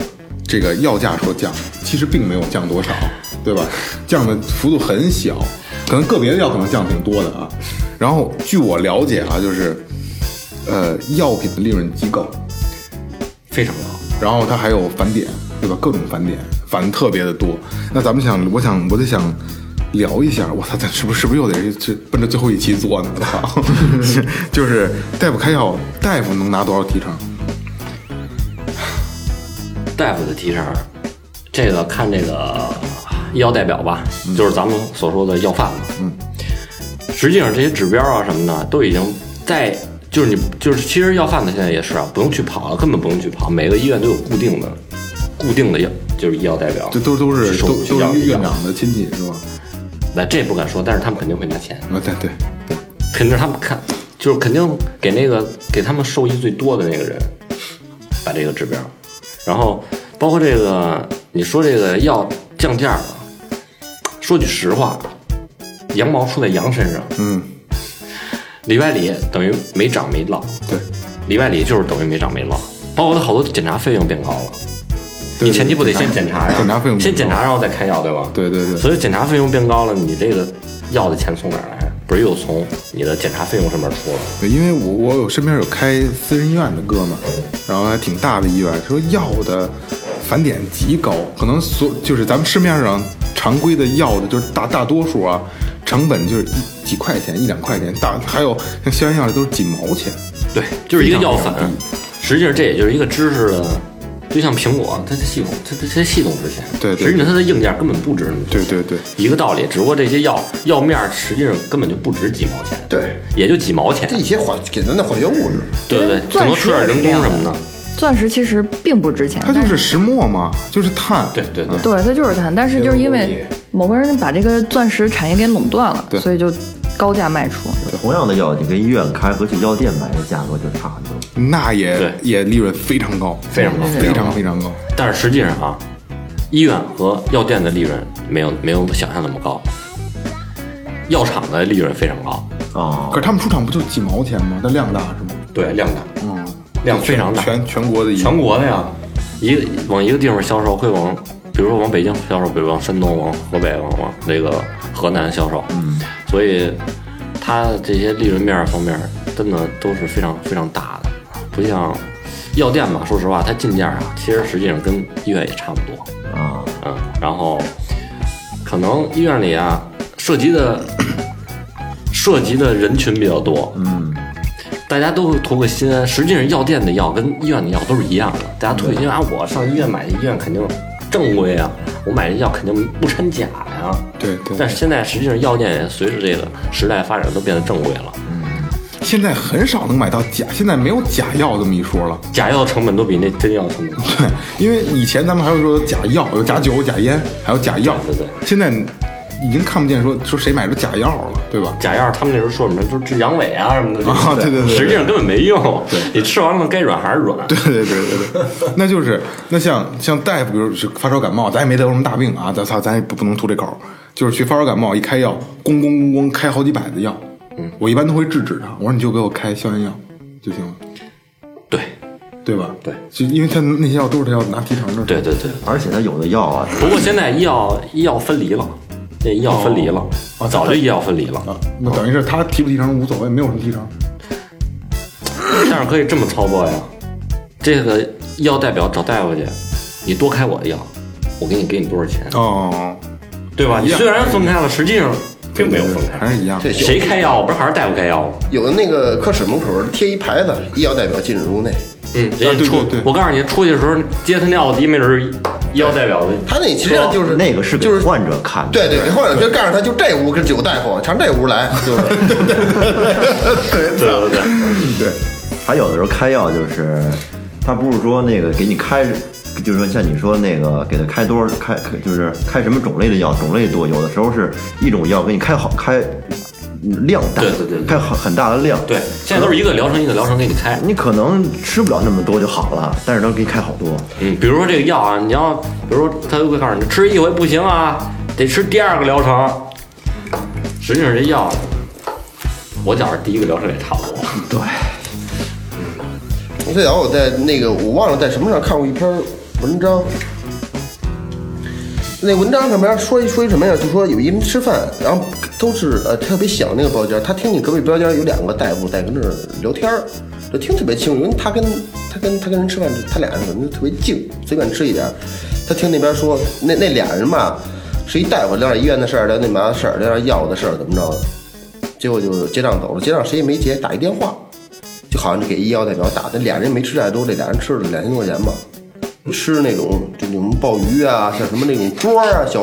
这个药价说降，其实并没有降多少，对吧？降的幅度很小，可能个别的药可能降挺多的啊。然后据我了解啊，就是呃药品的利润机构，
非常好，
然后它还有返点，对吧？各种返点，返的特别的多。那咱们想，我想，我就想聊一下，我操，咱是不是是不是又得这奔着最后一期做呢？我操，就是大夫开药，大夫能拿多少提成？
大夫的提成，这个看这个药代表吧，
嗯
就是咱们所说的药贩子。嗯，实际上这些指标啊什么的都已经在，就是你就是其实药贩子现在也是啊，不用去跑了，根本不用去跑，每个医院都有固定的固定的药，就是医药代表，
这都都是
去收
都
去
都
药
是
去
院
药
长的亲戚是吧？
那这不敢说，但是他们肯定会拿钱，
啊，对对，
肯定是他们看就是肯定给那个给他们受益最多的那个人把这个指标，然后包括这个你说这个药降价了，说句实话，羊毛出在羊身上，
嗯，
里外里等于没涨没落，
对，
里外里就是等于没涨没落，包括他好多检查费用变高了，你前期不得先检查呀，
检查费用
先
变
检
高
查然后再开药对吧？
对对对
所以检查费用变高了，你这个药的钱从哪儿来？不是又从你的检查费用上面出了？
对，因为我我有身边有开私人医院的哥们儿，然后还挺大的医院，说药的返点极高，可能所就是咱们市面上常规的药的，就是大大多数啊，成本就是一几块钱、一两块钱，大还有像消炎药这都是几毛钱。
对，就是一个
非常
药粉
非常低。
实际上这也就是一个知识的，就像苹果，它的系统，它它它系统值钱。
对对
实际上它的硬件根本不值那么多
对对对，
一个道理，只不过这些药药面儿实际上根本就不值几毛钱，
对，
也就几毛钱
这。一些化简单的化学物质，
对对对，只能吃点人工什么的。
钻石其实并不值钱，
它就
但
是石墨嘛，就是碳。
对对对，
对它就是碳，但是就是因为某个人把这个钻石产业给垄断了，
对
所以就高价卖出。
同样的药，你跟医院开和去药店买的价格就差很多。
那也
对
也利润非常高，
非常高
非常非常高。
但是实际上啊，医院和药店的利润没有没有想象那么高，药厂的利润非常高，
哦
可，是他们出厂不就几毛钱吗？但量大是吗？
对量大，
嗯，
量非常大，
全全国的一
全国的呀，一个往一个地方销售会往，比如说往北京销售，比如往山东、往河北、往往那个河南销售，嗯，所以它这些利润面儿方面儿真的都是非常非常大的，不像药店吧，说实话，它进价啊，其实实际上跟医院也差不多，
啊，
嗯，然后可能医院里啊涉及的 涉及的人群比较多，嗯，大家都会图个心安。实际上，药店的药跟医院的药都是一样的，大家图个心安。啊我上医院买，医院肯定正规啊，我买这药肯定不掺假呀、
对对。
但是现在实际上，药店也随着这个时代发展都变得正规了，
现在很少能买到假，现在没有假药这么一说了。
假药成本都比那真药成本高。
对，因为以前咱们还会说有假药，有假酒、假烟，还有假药。
对对
现在已经看不见说说谁买着假药了，对吧？
假药，他们那时候说什么就是治阳痿啊什么的这种，
啊 对对对对
实际上根本没用。你吃完了该软还是软。
对对对对对， 那就是那像像大夫，比如是发烧感冒，咱也没得过什么大病啊，咱操咱也不不能吐这口儿，就是去发烧感冒一开药，咣咣咣咣开好几百的药，嗯，我一般都会制止他，我说你就给我开消炎药就行了，
对
对吧？
对
就因为他那些药都是他要拿提成的，
对对对。
而且它有的药啊，
不过现在医药医药分离了，那医药分离了，啊早就医药分离了。
啊，那等于是他提不提成无所谓，没有什么提成，
但是可以这么操作呀，这个医药代表找大夫去，你多开我的药，我给你给你多少钱，
哦，
对吧？
一
你
样
虽然分开了，实际上并没有分开。
还是一样，
这
谁开药？不是还是大夫开药吗？
有的那个科室门口贴一牌子，医药代表禁止入内。
嗯，人家
对
出
对对，
我告诉你，出去的时候接他尿的，没准是医药代表的。
他那其实上就是
那个是给
就是
患者看的。
对对，给患者就告诉他，就这屋跟有大夫，常这屋来，就是
对对对，
还有的时候开药就是，他不是说那个给你开，就是说像你说那个给他开多少开，开就是开什么种类的药，种类多，有的时候是一种药给你开好开量大，
对对对对
开很很大的量，
对，现在都是一个疗程一个疗程给你开。
你可能吃不了那么多就好了，但是他给你开好多，
嗯，比如说这个药啊，你要，比如说他会告诉你吃一回不行啊，得吃第二个疗程。实际上这药，我觉着第一个疗程也差不多。
对，
最早我在那个我忘了在什么上看过一篇文章，那文章上面说一说一什么呀？就说有一人吃饭，然后都是呃特别小那个包间，他听见隔壁包间有两个大夫在跟那儿聊天儿，就听特别清楚，因为他跟他跟他跟人吃饭，他俩人就特别静，随便吃一点儿。他听那边说那那俩人吧，是一大夫聊点医院的事儿，聊那嘛的事儿，聊点药的事儿，怎么着的？结果就结账走了，结账谁也没结，打一电话，就好像是给医药代表打，那俩人没吃太多，这俩人吃了两千多块钱吧，吃那种就那种鲍鱼啊，像什么那种桌儿啊，小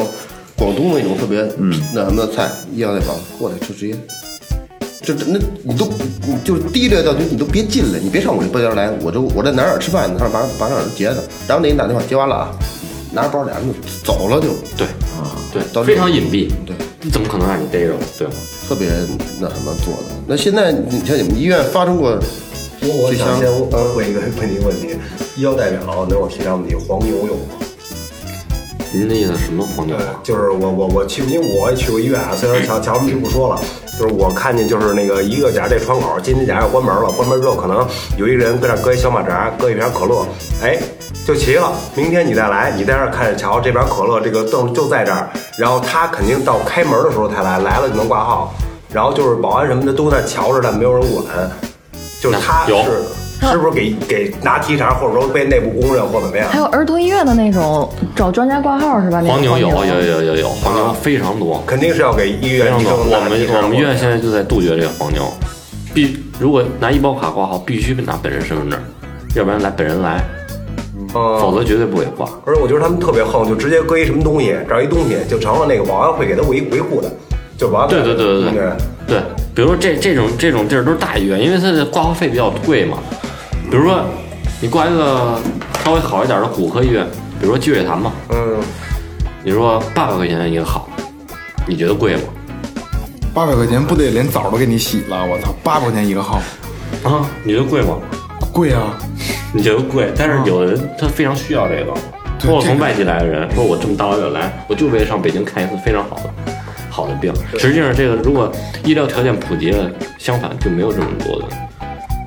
广东那种特别那什么的菜，医药代表过来就直接。就那，你都你就低劣到就你都别进来，你别上我这包间来，我这我在哪儿哪儿吃饭呢？他说把把哪儿结的，然后那人打电话结完了啊，拿着包俩人就走了就，
对，对，
到这
非常隐蔽。
对，
你怎么可能让你逮着？对吗？
特别那什么做的。那现在你像你们医院发生过
我我
就
想
像
先呃问一个问题问题，医药代表，哦那我平常问题，黄牛有吗？
您的意思什么黄牛
对
啊？，
呃就是我我我去，因为我也去过医院啊。虽然乔乔们不说了，就是我看见就是那个一啊个假这窗口，今天假要关门了，关门之后可能有一人搁那搁一小马扎，搁一瓶可乐，哎，就齐了。明天你再来，你在这儿看着瞧，这边可乐这个凳就在这儿，然后他肯定到开门的时候才来，来了就能挂号。然后就是保安什么的都在瞧着，但没有人管。就是他
有
是是不是给给拿提成，或者说被内部公认或怎么样
还？有儿童医院的那种找专家挂号是吧？那个
黄牛有
黄
有有有有黄牛非常多，
肯定是要给医
非
院
常
医
多。
生拿
我
提成
们我们医院现在就在杜绝这个黄牛，必如果拿医保卡挂号，必须拿本人身份证，要不然来本人来，否
嗯，
则绝对不给挂。
而且我觉得他们特别横，就直接搁一什么东西，这儿一东西就成了那个保安会给他维维护的，就保安
对对对对
对
对对，比如说这这种这种地儿都是大医院，因为它的挂号费比较贵嘛。比如说你挂一个稍微好一点的骨科医院，比如说积水潭嘛，
嗯，
你说八百块钱一个好，你觉得贵吗？
八百块钱不得连澡都给你洗了？我操，八百块钱一个号，
啊，你觉得贵吗？
贵啊！
你觉得贵，但是有的人他非常需要这个。
对
或者
这
从
个
外地来的人说，我这么大老远来，我就为了上北京看一次非常好的好的病。实际上，这个如果医疗条件普及了，相反就没有这么多的。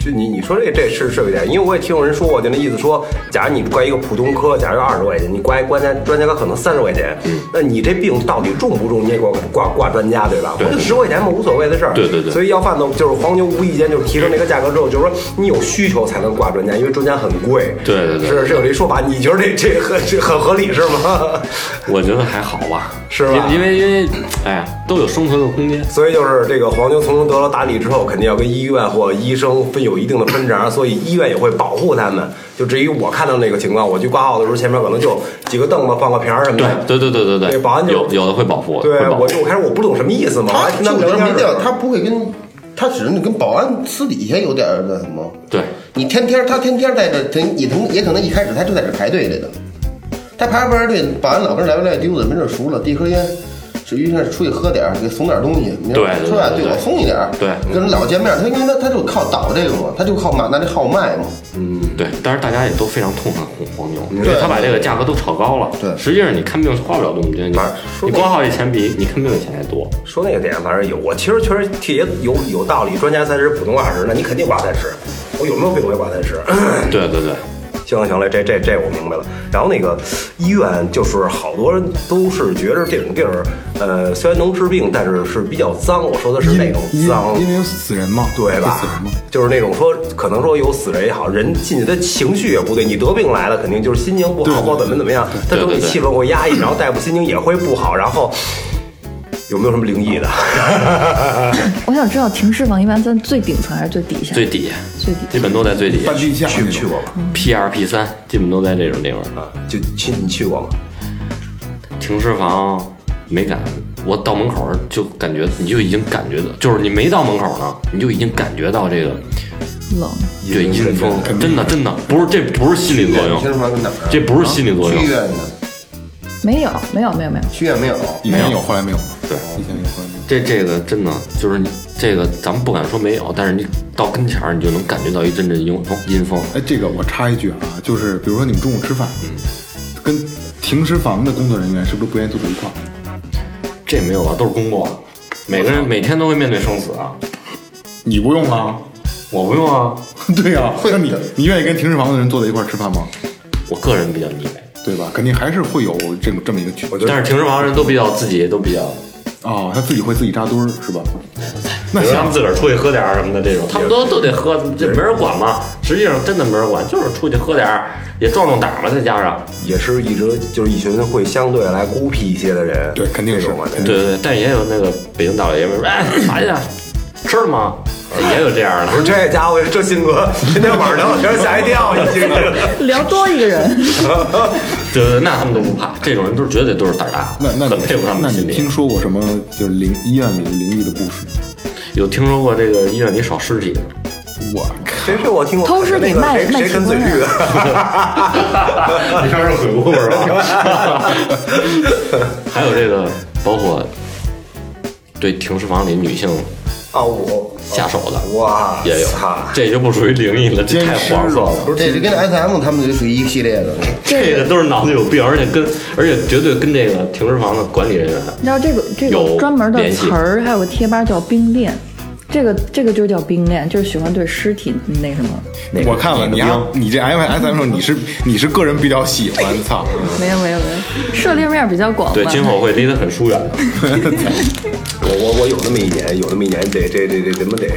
就你你说这这是是有一点，因为我也听有人说过，就那意思说，假如你挂一个普通科，假如二十块钱，你挂一专家专家他可能三十块钱，
嗯
那你这病到底重不重，你也挂挂挂专家对吧？
对
我就十块钱嘛，无所谓的事儿。
对对对
所以要饭的就是黄牛无意间就提升这个价格之后，就是说你有需求才能挂专家，因为专家很贵。
对对对
是是有这说法，你觉得这这很这很合理是吗？
我觉得还好吧，
是吧
因因为因为，哎呀，都有生存的空间。
所以就是这个黄牛从中得了打理之后，肯定要跟医院或医生分有一定的分成，所以医院也会保护他们。就至于我看到那个情况，我去挂号的时候，前面可能就几个凳子放个瓶儿什么
对
的。
对对对对
对保安就
有有的会保护，
对
会保护
我。就我开始我不懂什么意思嘛，我
他
还听他们
就是
聊天
民调，
儿
他不会跟，他只是跟保安私底下有点儿那什么。
对，
你天天他天天在这，他也能也可能一开始他就在这排队来的，他排着排着队，保安老跟来回来溜达，没事儿熟了，递根烟，至于是出去喝点儿，给送点儿东西，没事儿
对
是吧？
对
对
对
我送你点儿，
对
跟人老见面，他因为他他就靠倒这个嘛，他就靠马拿这号卖嘛，
嗯
对，当然大家也都非常痛恨黄黄牛，因为
对
他把这个价格都炒高了。
对
实际上你看病花不了多么多钱，你
反正说
你挂号这钱比你看病的钱还 多。
说那个点，反正有我其实确实也有有道理，专家三十，普通话十，那你肯定挂三十。我有没有病我也挂三十。
对对对，
行了行了，这这这我明白了。然后那个医院就是好多人都是觉着这种地儿，呃，虽然能治病，但是是比较脏。我说的是
因
那
为
种
因
脏
为，因为有死人嘛，
对
有
吧
死人嘛，？
就是那种说，可能说有死人也好，人进去的情绪也不对。你得病来了，肯定就是心情不好，
对对
或怎么怎么样，他
对
整体
对对
气氛会压抑，然后大夫心情也会不好，然后。有没有什么灵异的？
我想知道停尸房一般在最顶层还是最底下？
最底下
最底
基本都在最底下
半地下
去
那
去
种。
过吗？
，P 二 P 三基本都在这种地方。
啊，就去你去过吗？
停尸房没敢，我到门口就感觉你就已经感觉到，就是你没到门口呢，你就已经感觉到这个
冷。
对阴风，真的真的不是这不是心理作
你听
用，
说跟哪儿啊？
这不是心理作用
去医，院呢？
没有，没有，没有，没有。
去医院没有？
以前有，后来没有。
对，
以前有，后来没有。
这这个真的就是你这个，咱们不敢说没有，但是你到跟前儿，你就能感觉到一阵阵阴风阴风。
哎，这个我插一句啊，就是比如说你们中午吃饭，跟停尸房的工作人员是不是不愿意坐在一块儿？
这没有啊，都是工作，每个人每天都会面对生死啊。
你不用啊，
我不用啊，
对呀、那你你愿意跟停尸房的人坐在一块儿吃饭吗？
我个人比较腻歪，
对吧？肯定还是会有这种这么一个群。我
但是停尸房人都比较自己都比较，
哦，他自己会自己扎堆儿是吧？那
比如他
行
们，自个儿出去喝点儿什么的这种，他们都都得喝，这没人管嘛。实际上真的没人管，就是出去喝点儿，也壮壮胆儿嘛，再加上。
也是一直就是一群会相对来孤僻一些的人，
对肯定是
这种啊
肯定
对对对，但也有那个北京大老爷们儿，哎，啥去？吃了吗？也有这样的
不。是这家伙，这性格，今天晚上聊天吓一跳，你这个
聊多一个人，
对对，对那他们都不怕，这种人都是绝对都是胆儿大
那那
的，很
你
佩服他们
那
的
你
心理
听。说过什么就是灵医院里的灵异的故事？
有听说过这个医院里少尸体 的吗？
我靠，
谁是我听过
偷尸
那
得
个
卖
谁
卖
谁跟
器
嘴
官
绿啊？
你说是鬼故事吧？ 还有这个，包括对停尸房里女性
啊，我
下手的
哇，
也有
操，
这就不属于灵异了，这太黄色了。
这是跟 S M 他们就属于一系列的。
这个都是脑子有病，而且跟而且绝对跟这个停尸房的管理人员，
你知道这个这
有
个专门的
联系
词儿，还有个贴吧叫冰恋，这个这个就叫冰恋，就是喜欢对尸体那什么。
我看了你啊，你 这 M S M 你是你是个人比较喜欢，操，
没有没有没有，涉猎面比较广
对
嘛。
今后会离得很疏远的。
我我我有那么一年，有那么一年，得这这这怎么得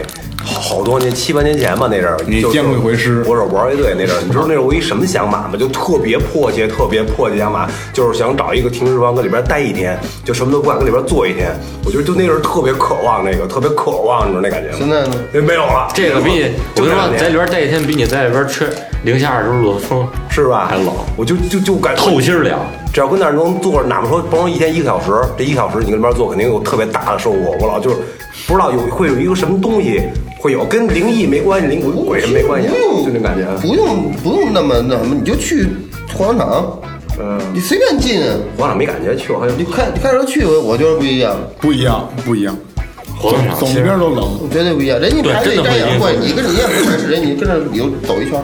好好多年七八年前吧，那阵儿
你
就是
见过一回尸
我是玩乐队那阵儿，你知道那是我一什么想法吗？就特别迫切，特别迫切想法，就是想找一个停尸房搁里边待一天，就什么都不干，搁里边坐一天。我觉得就那阵儿特别渴望那个，特别渴望，你知道那感觉吗？
嗯
现在呢？
哎没有了，
这个比你，我
就
跟
这
你
两
说，
年
在里边待一天，比你在里边吹零下二十度的风
是吧？
还冷，
我就就就感
透心儿凉。
只要跟那儿能坐，哪怕说甭说一天一个小时，这一个小时你跟那边坐，肯定有特别大的收获。我老就是不知道有会有一个什么东西会有，跟灵异没关系，灵鬼鬼什么没关系，啊
不用，
就那感觉。
嗯不用不用那么那什么，你就去火葬场，
嗯，
你随便进，
我俩没感觉去过，还有
你开你开车去，我觉得不一样，
不一样，不一样，
活动场
走
其
那
实
边都冷。
绝对不一样。人家
对
排队
真的
瞻
哎会
仰
晕
会，你跟人家不认识人，你跟着你就走一圈。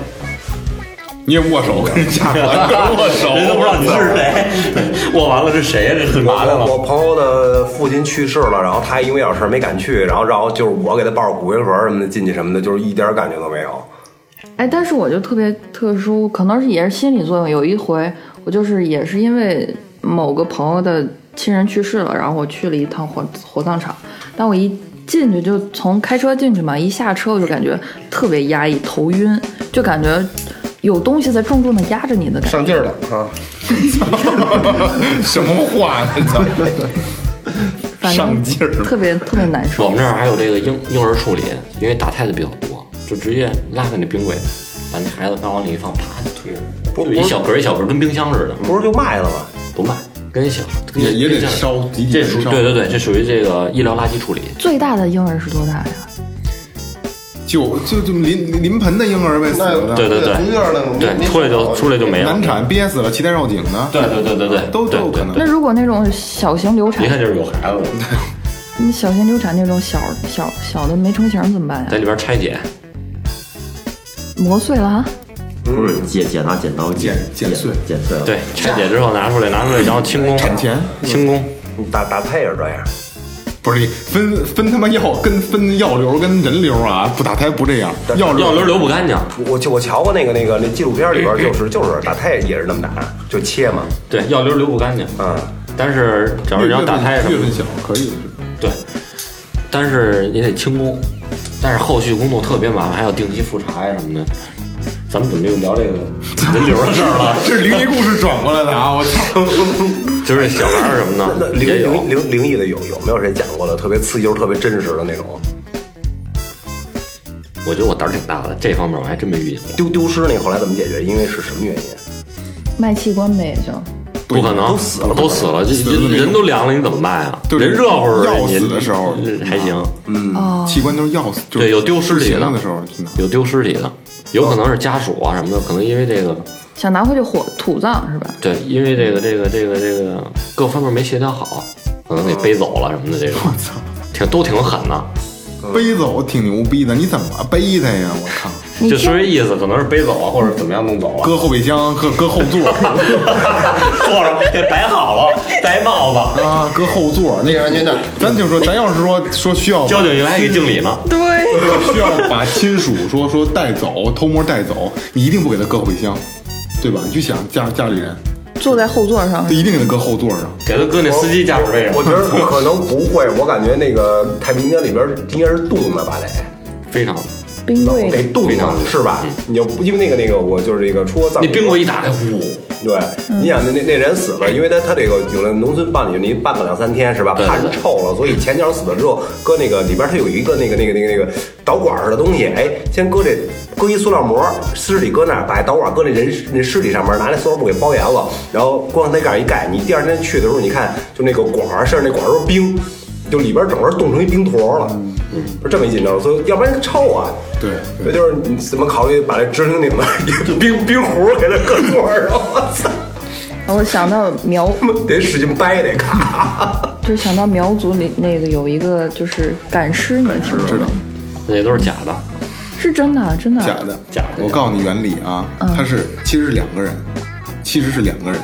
你也握手跟人 家握手，
人都不知道你是谁， 我完了是谁呀？这是嘛来
我
了？
朋友的父亲去世了，然后他因为点事儿没敢去，然后然后就是我给他抱着骨灰盒什么的进去什么的，就是一点感觉都没有。
哎，但是我就特别特殊，可能是也是心理作用。有一回，我就是也是因为某个朋友的亲人去世了，然后我去了一趟火火葬场，但我一进去就从开车进去嘛，一下车我就感觉特别压抑，头晕，就感觉有东西在重重的压着你的感觉。
上劲儿了啊！
什么话呢？
反正
上劲儿了
特别特别难受。
我们这儿还有这个婴婴儿处理，因为打胎的比较多，就直接拉开那冰柜，把那孩子刚往里一放，啪就推
不
着，就一小格一小格，跟冰箱似的，
不是就卖了吗？
不卖，跟小跟
也也得
冰箱
烧集体
这属于
烧
对对对，这属于这个医疗垃圾处理。
最大的婴儿是多大呀？
就就就临临盆的婴儿呗，死了的
对对对
从院儿呢，我
对
们，
出来就出来就没了。
难产憋死了，脐带绕颈的，
对对对对对，
都都有可能
那如果那种小型流产
一，看就是有孩子了，
你小型流产那种小小小的没成型怎么办
在
呀？
里边拆解，
磨碎了啊？
不是剪剪拿剪刀剪
剪剪碎
剪碎了。
对，拆解之后拿出来，拿出来然后清宫，
产前
清宫，
打打胎也是这样，
不是分分他妈药跟分药流跟人流啊，不打胎不这样，药
药流
流
流不干净，
我我瞧过那个那个那纪录片里边就是就是打胎也是那么打，就切嘛，
对，药流流不干净。
嗯，
但是只要是
月
要
份
打胎什
月
么
份
的，
小可以，
对，但是也得清宫，但是后续工作特别麻烦，还要定期复查呀什么的。咱们怎么又聊这个人流的事儿了？
这是灵异故事转过来的啊！我操，
就是小孩儿什么
那
的
灵
也有
灵，灵灵异的有有没有谁讲过的特别刺激又特别真实的那种？
我觉得我胆儿挺大的，这方面我还真没遇见过。
丢丢失那个后来怎么解决？因为是什么原因？
卖器官呗，也就
不可能，
都死了
都死了，这
了没
人
用
人都凉了，你怎么办呀？
对
人热乎着
要死
你
的时候
还行，
哦，
器官都是药死，就是
对，有丢尸体
不
的
行的时候真的
有丢尸体的，有可能是家属啊什么的，可能因为这个，
想拿回去火土葬是吧？
对，因为这个这个这个这个各方面没协调好，可能给背走了什么的，这种，我操，挺都挺狠的，
背走挺牛逼的，你怎么背的呀？我 靠，
你
就
听
说这意思，可能是背走啊，或者怎么样弄走了，
搁后备箱，搁搁后 座
坐上给摆好了，戴帽子，
啊，搁后座那
那个安全带，
咱就说，咱要是说说需要
交警员还给敬礼呢，
对，
需要把亲属说说带走，偷摸带走，你一定不给他搁后备箱，对吧？你去想家家里人，
坐在后座上
他，一定给他搁后座上。
给他搁那司机驾驶位上
我，觉得可能不会，我感觉那个太平间里边应该是冻的吧，得。
非常，
冰柜
哎
得
里
冻上是
嗯
吧？你要不因为那个那个，我就是这个出国葬
那
礼，
冰柜一打开，呜，
对，
嗯
你想那那那人死了，因为他他这个有的农村办理，你办个两三天是吧？
对对
汗
对
臭了，所以前脚死了之后，搁那个里边它有一个那个那个那个那个导管似的东西，哎，先搁这搁一塑料膜，尸体搁那儿，把导管搁那人那尸体上面，拿那塑料布给包严了，然后光那盖一盖，你第二天去的时候，你看就那个管儿，甚至那管儿都是冰，就里边整个冻成一冰坨了。
嗯
是这么一紧张，所以要不然臭啊。
对
那就是你怎么考虑把这直挺挺的 冰冰壶给它搁桌上？我操！
我想到苗，
得使劲掰啊得咔。
就想到苗族里那个有一个就是赶尸，你们听说
知道
吗？
那都是假的，
是真的，啊真的
假的，
假的嗯
我告诉你原理啊，它是其实是两个人，其实是两个人，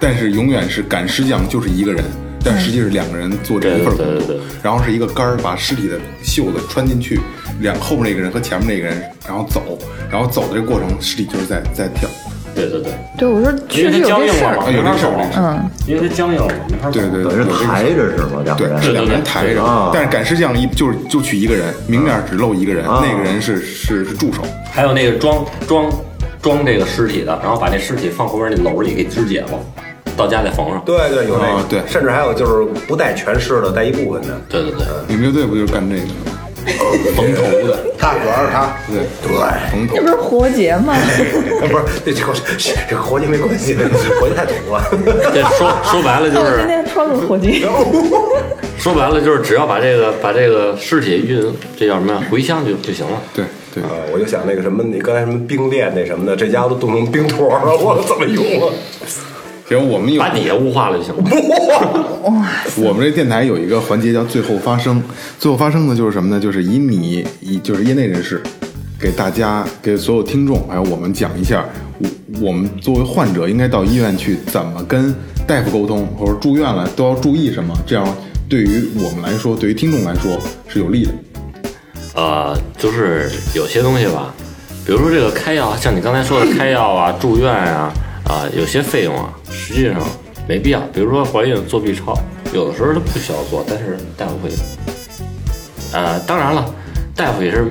但是永远是赶尸匠就是一个人，但实际是两个人做这一份工
对对对对
作
对。
然后是一个杆儿把尸体的袖子穿进去，两后面那个人和前面那个人，然后走，然后走的这个过程，尸体就是在在跳。
对对对，
对我说
因
确
为
实
它
有
僵
这
硬
事
了
儿
啊，
嘛，
有
没
这事
法走
儿
了，
嗯，
因为它僵硬了，没法走。
对对
等
对，有
于
这
是
个
抬着是吗？两个
对，
人
是两个人
对嗯
抬着
啊，
但是赶尸匠一就是就取一个人，明面只露一个人，
啊
那个人是是是助手，
还有那个装装装这个尸体的，然后把那尸体放后边那篓里给肢解了，到家再缝上。
对对，有那个
哦，对
甚至还有就是不带全尸的，带一部分的。
对对对，
你们乐队不就是干这个 的吗？缝头的，
大主要是他，
对，
对，
缝头
这不。是活结
哎
吗？
不是，这这这活计没关系，活计太土了。
这说说白了就
我今
是
天穿个活结，
说白了就是只要把这个把这个尸体运这叫什么呀回乡就就行了。
对对，
啊，我就想那个什么，你刚才什么冰链那什么的，这家伙都冻成冰坨了，我怎么用啊？
行，我们有
把底下雾化了就行了。
我们这电台有一个环节叫“最后发声”，最后发声呢就是什么呢？就是以你以就是业内人士，给大家给所有听众还有我们讲一下，我我们作为患者应该到医院去怎么跟大夫沟通，或者住院了都要注意什么，这样对于我们来说，对于听众来说是有利的。
呃，就是有些东西吧，比如说这个开药，像你刚才说的开药啊、住院啊，啊、有些费用啊，实际上没必要。比如说怀孕做 B 超，有的时候它不需要做，但是大夫会。呃，当然了，大夫也是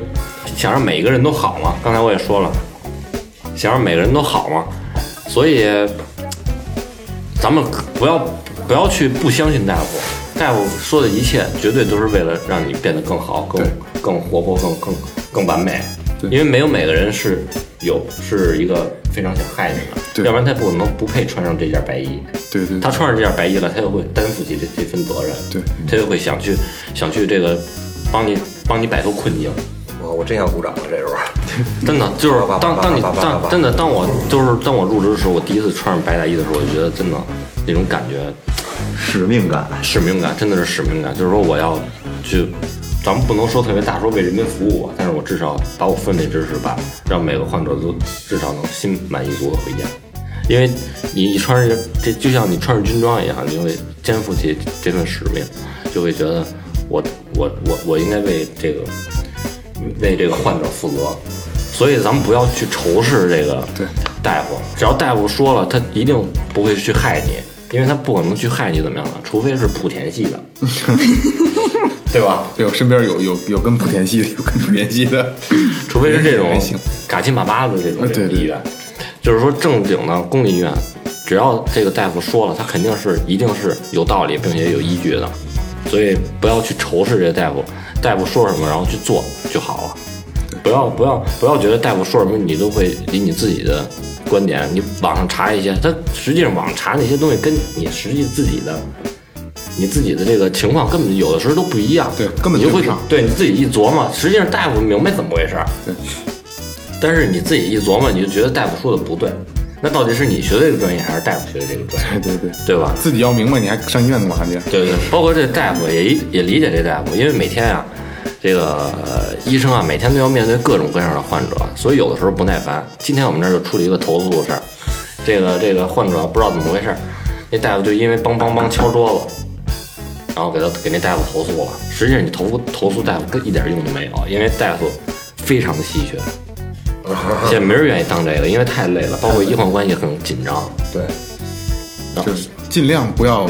想让每个人都好嘛。刚才我也说了，想让每个人都好嘛，所以咱们不要不要去不相信大夫，大夫说的一切绝对都是为了让你变得更好、更
对
更活泼、更更更完美。
对
因为没有每个人是有是一个非常想害你的，
对
要不然他不能不配穿上这件白衣。
对对
他穿上这件白衣了，他就会担负起这这份责任，
对，
他就会想去想去这个帮你帮你摆脱困境。
我我真想鼓掌了，这时候。
真
嗯
的就是
爸爸
当
爸
当你
爸爸爸爸
当真的当我就是当我入职的时候，我第一次穿上白大衣的时候，我就觉得真的那种感觉
使命感，
使命感真的是使命感，就是说我要去，咱们不能说特别大，说为人民服务吧，但是我至少把我分内之事吧，让每个患者都至少能心满意足的回家，因为你你穿着这就像你穿着军装一样，你会肩负起这份使命，就会觉得我我我我应该为这个为这个患者负责，所以咱们不要去仇视这个
对
大夫，只要大夫说了，他一定不会去害你，因为他不可能去害你怎么样的，除非是莆田系的，对吧？
对，我身边有有有跟莆田系的，有跟莆田系的，
除非是这种
还行
嘎七马八的这种
啊对对
医院，就是说正经的公立医院，只要这个大夫说了，他肯定是一定是有道理并且有依据的，所以不要去仇视这个大夫，大夫说什么然后去做就好了。不要不要不要觉得大夫说什么你都会以你自己的观点，你网上查一些，他实际上网上查那些东西跟你实际自己的你自己的这个情况根本有的时候都不一样，
对根本
你就
对
会
不上
对你自己一琢磨，实际上大夫明白怎么回事，
对，
但是你自己一琢磨，你就觉得大夫说的不对，那到底是你学的这个专业还是大夫学的这个专业，
对对对，
对吧？
自己要明白，你还上医院干嘛去？
对对，包括这大夫也一也理解这大夫，因为每天啊，这个、呃医生啊，每天都要面对各种各样的患者，所以有的时候不耐烦。今天我们这儿就处理一个投诉的事儿，这个这个患者不知道怎么回事儿，那大夫就因为梆梆梆敲桌子，然后给他给那大夫投诉了。实际上你投诉投诉大夫跟一点用都没有，因为大夫非常的稀缺，现在没人愿意当这个，因为太累了，包括医患关系很紧张。
对，
然后
就是尽量不要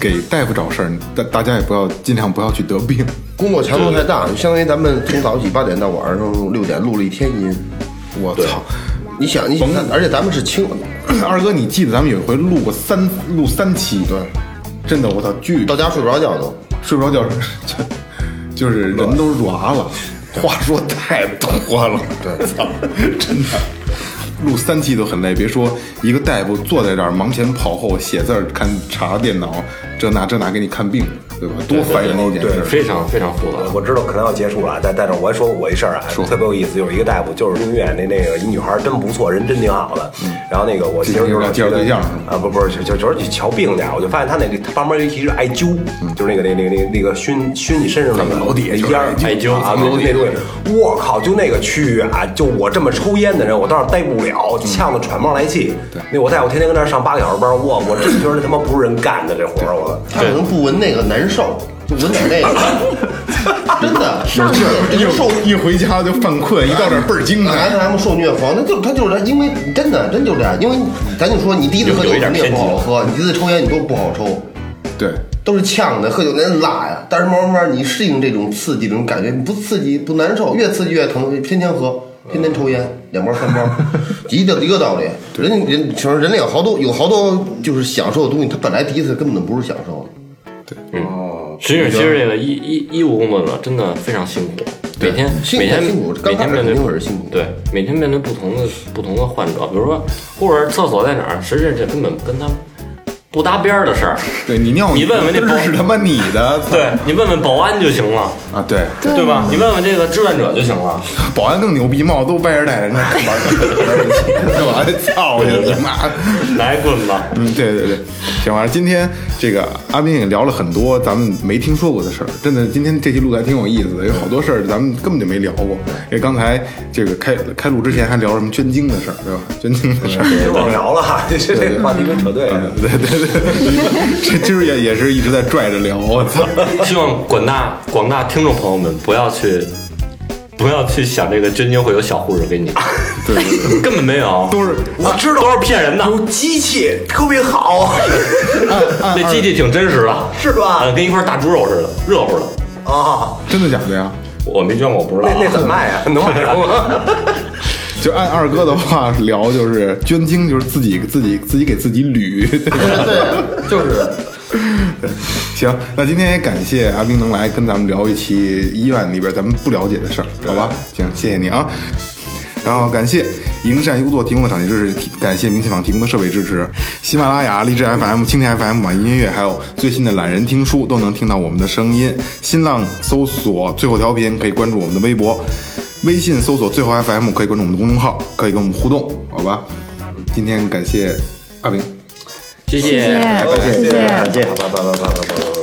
给大夫找事儿，大大家也不要尽量不要去得病。
工作强度太大，就相当于咱们从早起八点到晚上六点录了一天音。
我操！
你想，你想，而且咱们是轻，
二哥，你记得咱们有一回录过三录三期，对，真的我操，巨
到家睡不着觉都。
睡不着觉，就就是人都软了，话说太多了，对，操，真的。录三期都很累，别说一个大夫坐在这儿忙前跑后写字儿、看查电脑，这那这那给你看病，对吧？多烦人的一件事儿。
非常非常复杂。
我知道可能要结束了，但但是我还说过我一事儿啊，特别有意思，就是一个大夫，就是音乐那那个一女孩儿真不错，人真挺好的。然后那个我其实就是
有点介绍对象是吗
啊，不不是，就就是去瞧病去啊，我就发现他那个他旁边有一是艾灸，就是那个那那那那个熏熏你身上那个
们楼底下就是
烟儿
艾灸
啊，
咱
那
们楼底下
那东西，我靠，就那个区域啊，就我这么抽烟的人，我倒是待不了，呛得喘不上来气。那我大夫天天跟那儿上八个小时班，我我真觉得他妈不是人干的这活儿，我。
他可能不闻那个难受，就闻点那个。真的，真的
一
就是受
一回家就犯困，一到这儿倍儿精神。
SM 受虐狂，那就他就是因为真的真就这样，因为咱就说你第一次喝酒
有有一点
肯定不
偏激
好喝，你第一次抽烟你都不好抽，
对，
都是呛的，喝酒那辣呀。但是慢慢慢慢你适应这种刺激，这种感觉，你不刺激不难受，越刺激越疼，天天喝，天天抽烟，两包三包，一个一个道理。人人其实人类有好多有好多就是享受的东西，他本来第一次根本就不是享受的。
实际上，其实这个医医医务工作者真的非常辛苦，每天
辛苦
每天
辛苦刚
每
开
天
始
面对
肯定是辛苦
对，每天面对不同的不同的患者，比如说或者厕所在哪儿，实际上这根本跟他不搭边儿的事儿。
对你尿
你问问那
这
包
是他妈你的，
对你问问保安就行了，
啊，对，
对吧？你问问这个志愿者就行了。
保安更牛逼，帽子都歪着戴着，那干嘛 干嘛操你你妈！
拿一棍子，
嗯，对对对，行吧。今天这个阿斌也聊了很多咱们没听说过的事儿，真的，今天这期录的还挺有意思的，有好多事儿咱们根本就没聊过。因为刚才这个开开录之前还聊什么捐精的事儿，对吧？捐精的事 儿。
这忘聊了，这这这话题跟扯对了。
对对对，这今儿也也是一直在拽着聊，我操！
希望广大广大听众朋友们不要去不要去想这个捐精会有小护士给你，
对对对，
根本没有，
都是
我知道
都是骗人的，
有机器特别好，
那基地挺真实的，
是吧
呃，跟一块大猪肉似的，热乎的。
啊，
真的假的呀？
我没捐过，我不知道
那
啊。
那怎么卖啊？ 能卖着吗？
就按二哥的话聊，就是捐精，就是自己自己自己给自己捋。
对，就是
行，那今天也感谢阿斌能来跟咱们聊一期医院里边咱们不了解的事儿，好吧？行，谢谢你啊。然后感谢营善优作提供的场地支持，感谢明信坊提供的设备支持，喜马拉雅、荔枝 FM、蜻蜓 FM、网易音乐，还有最新的懒人听书都能听到我们的声音。新浪搜索最后调频，可以关注我们的微博；微信搜索最后 FM，可以关注我们的公众号，可以跟我们互动，好吧？今天感谢阿斌。
谢
谢谢，谢谢。
拜拜拜拜拜拜拜拜。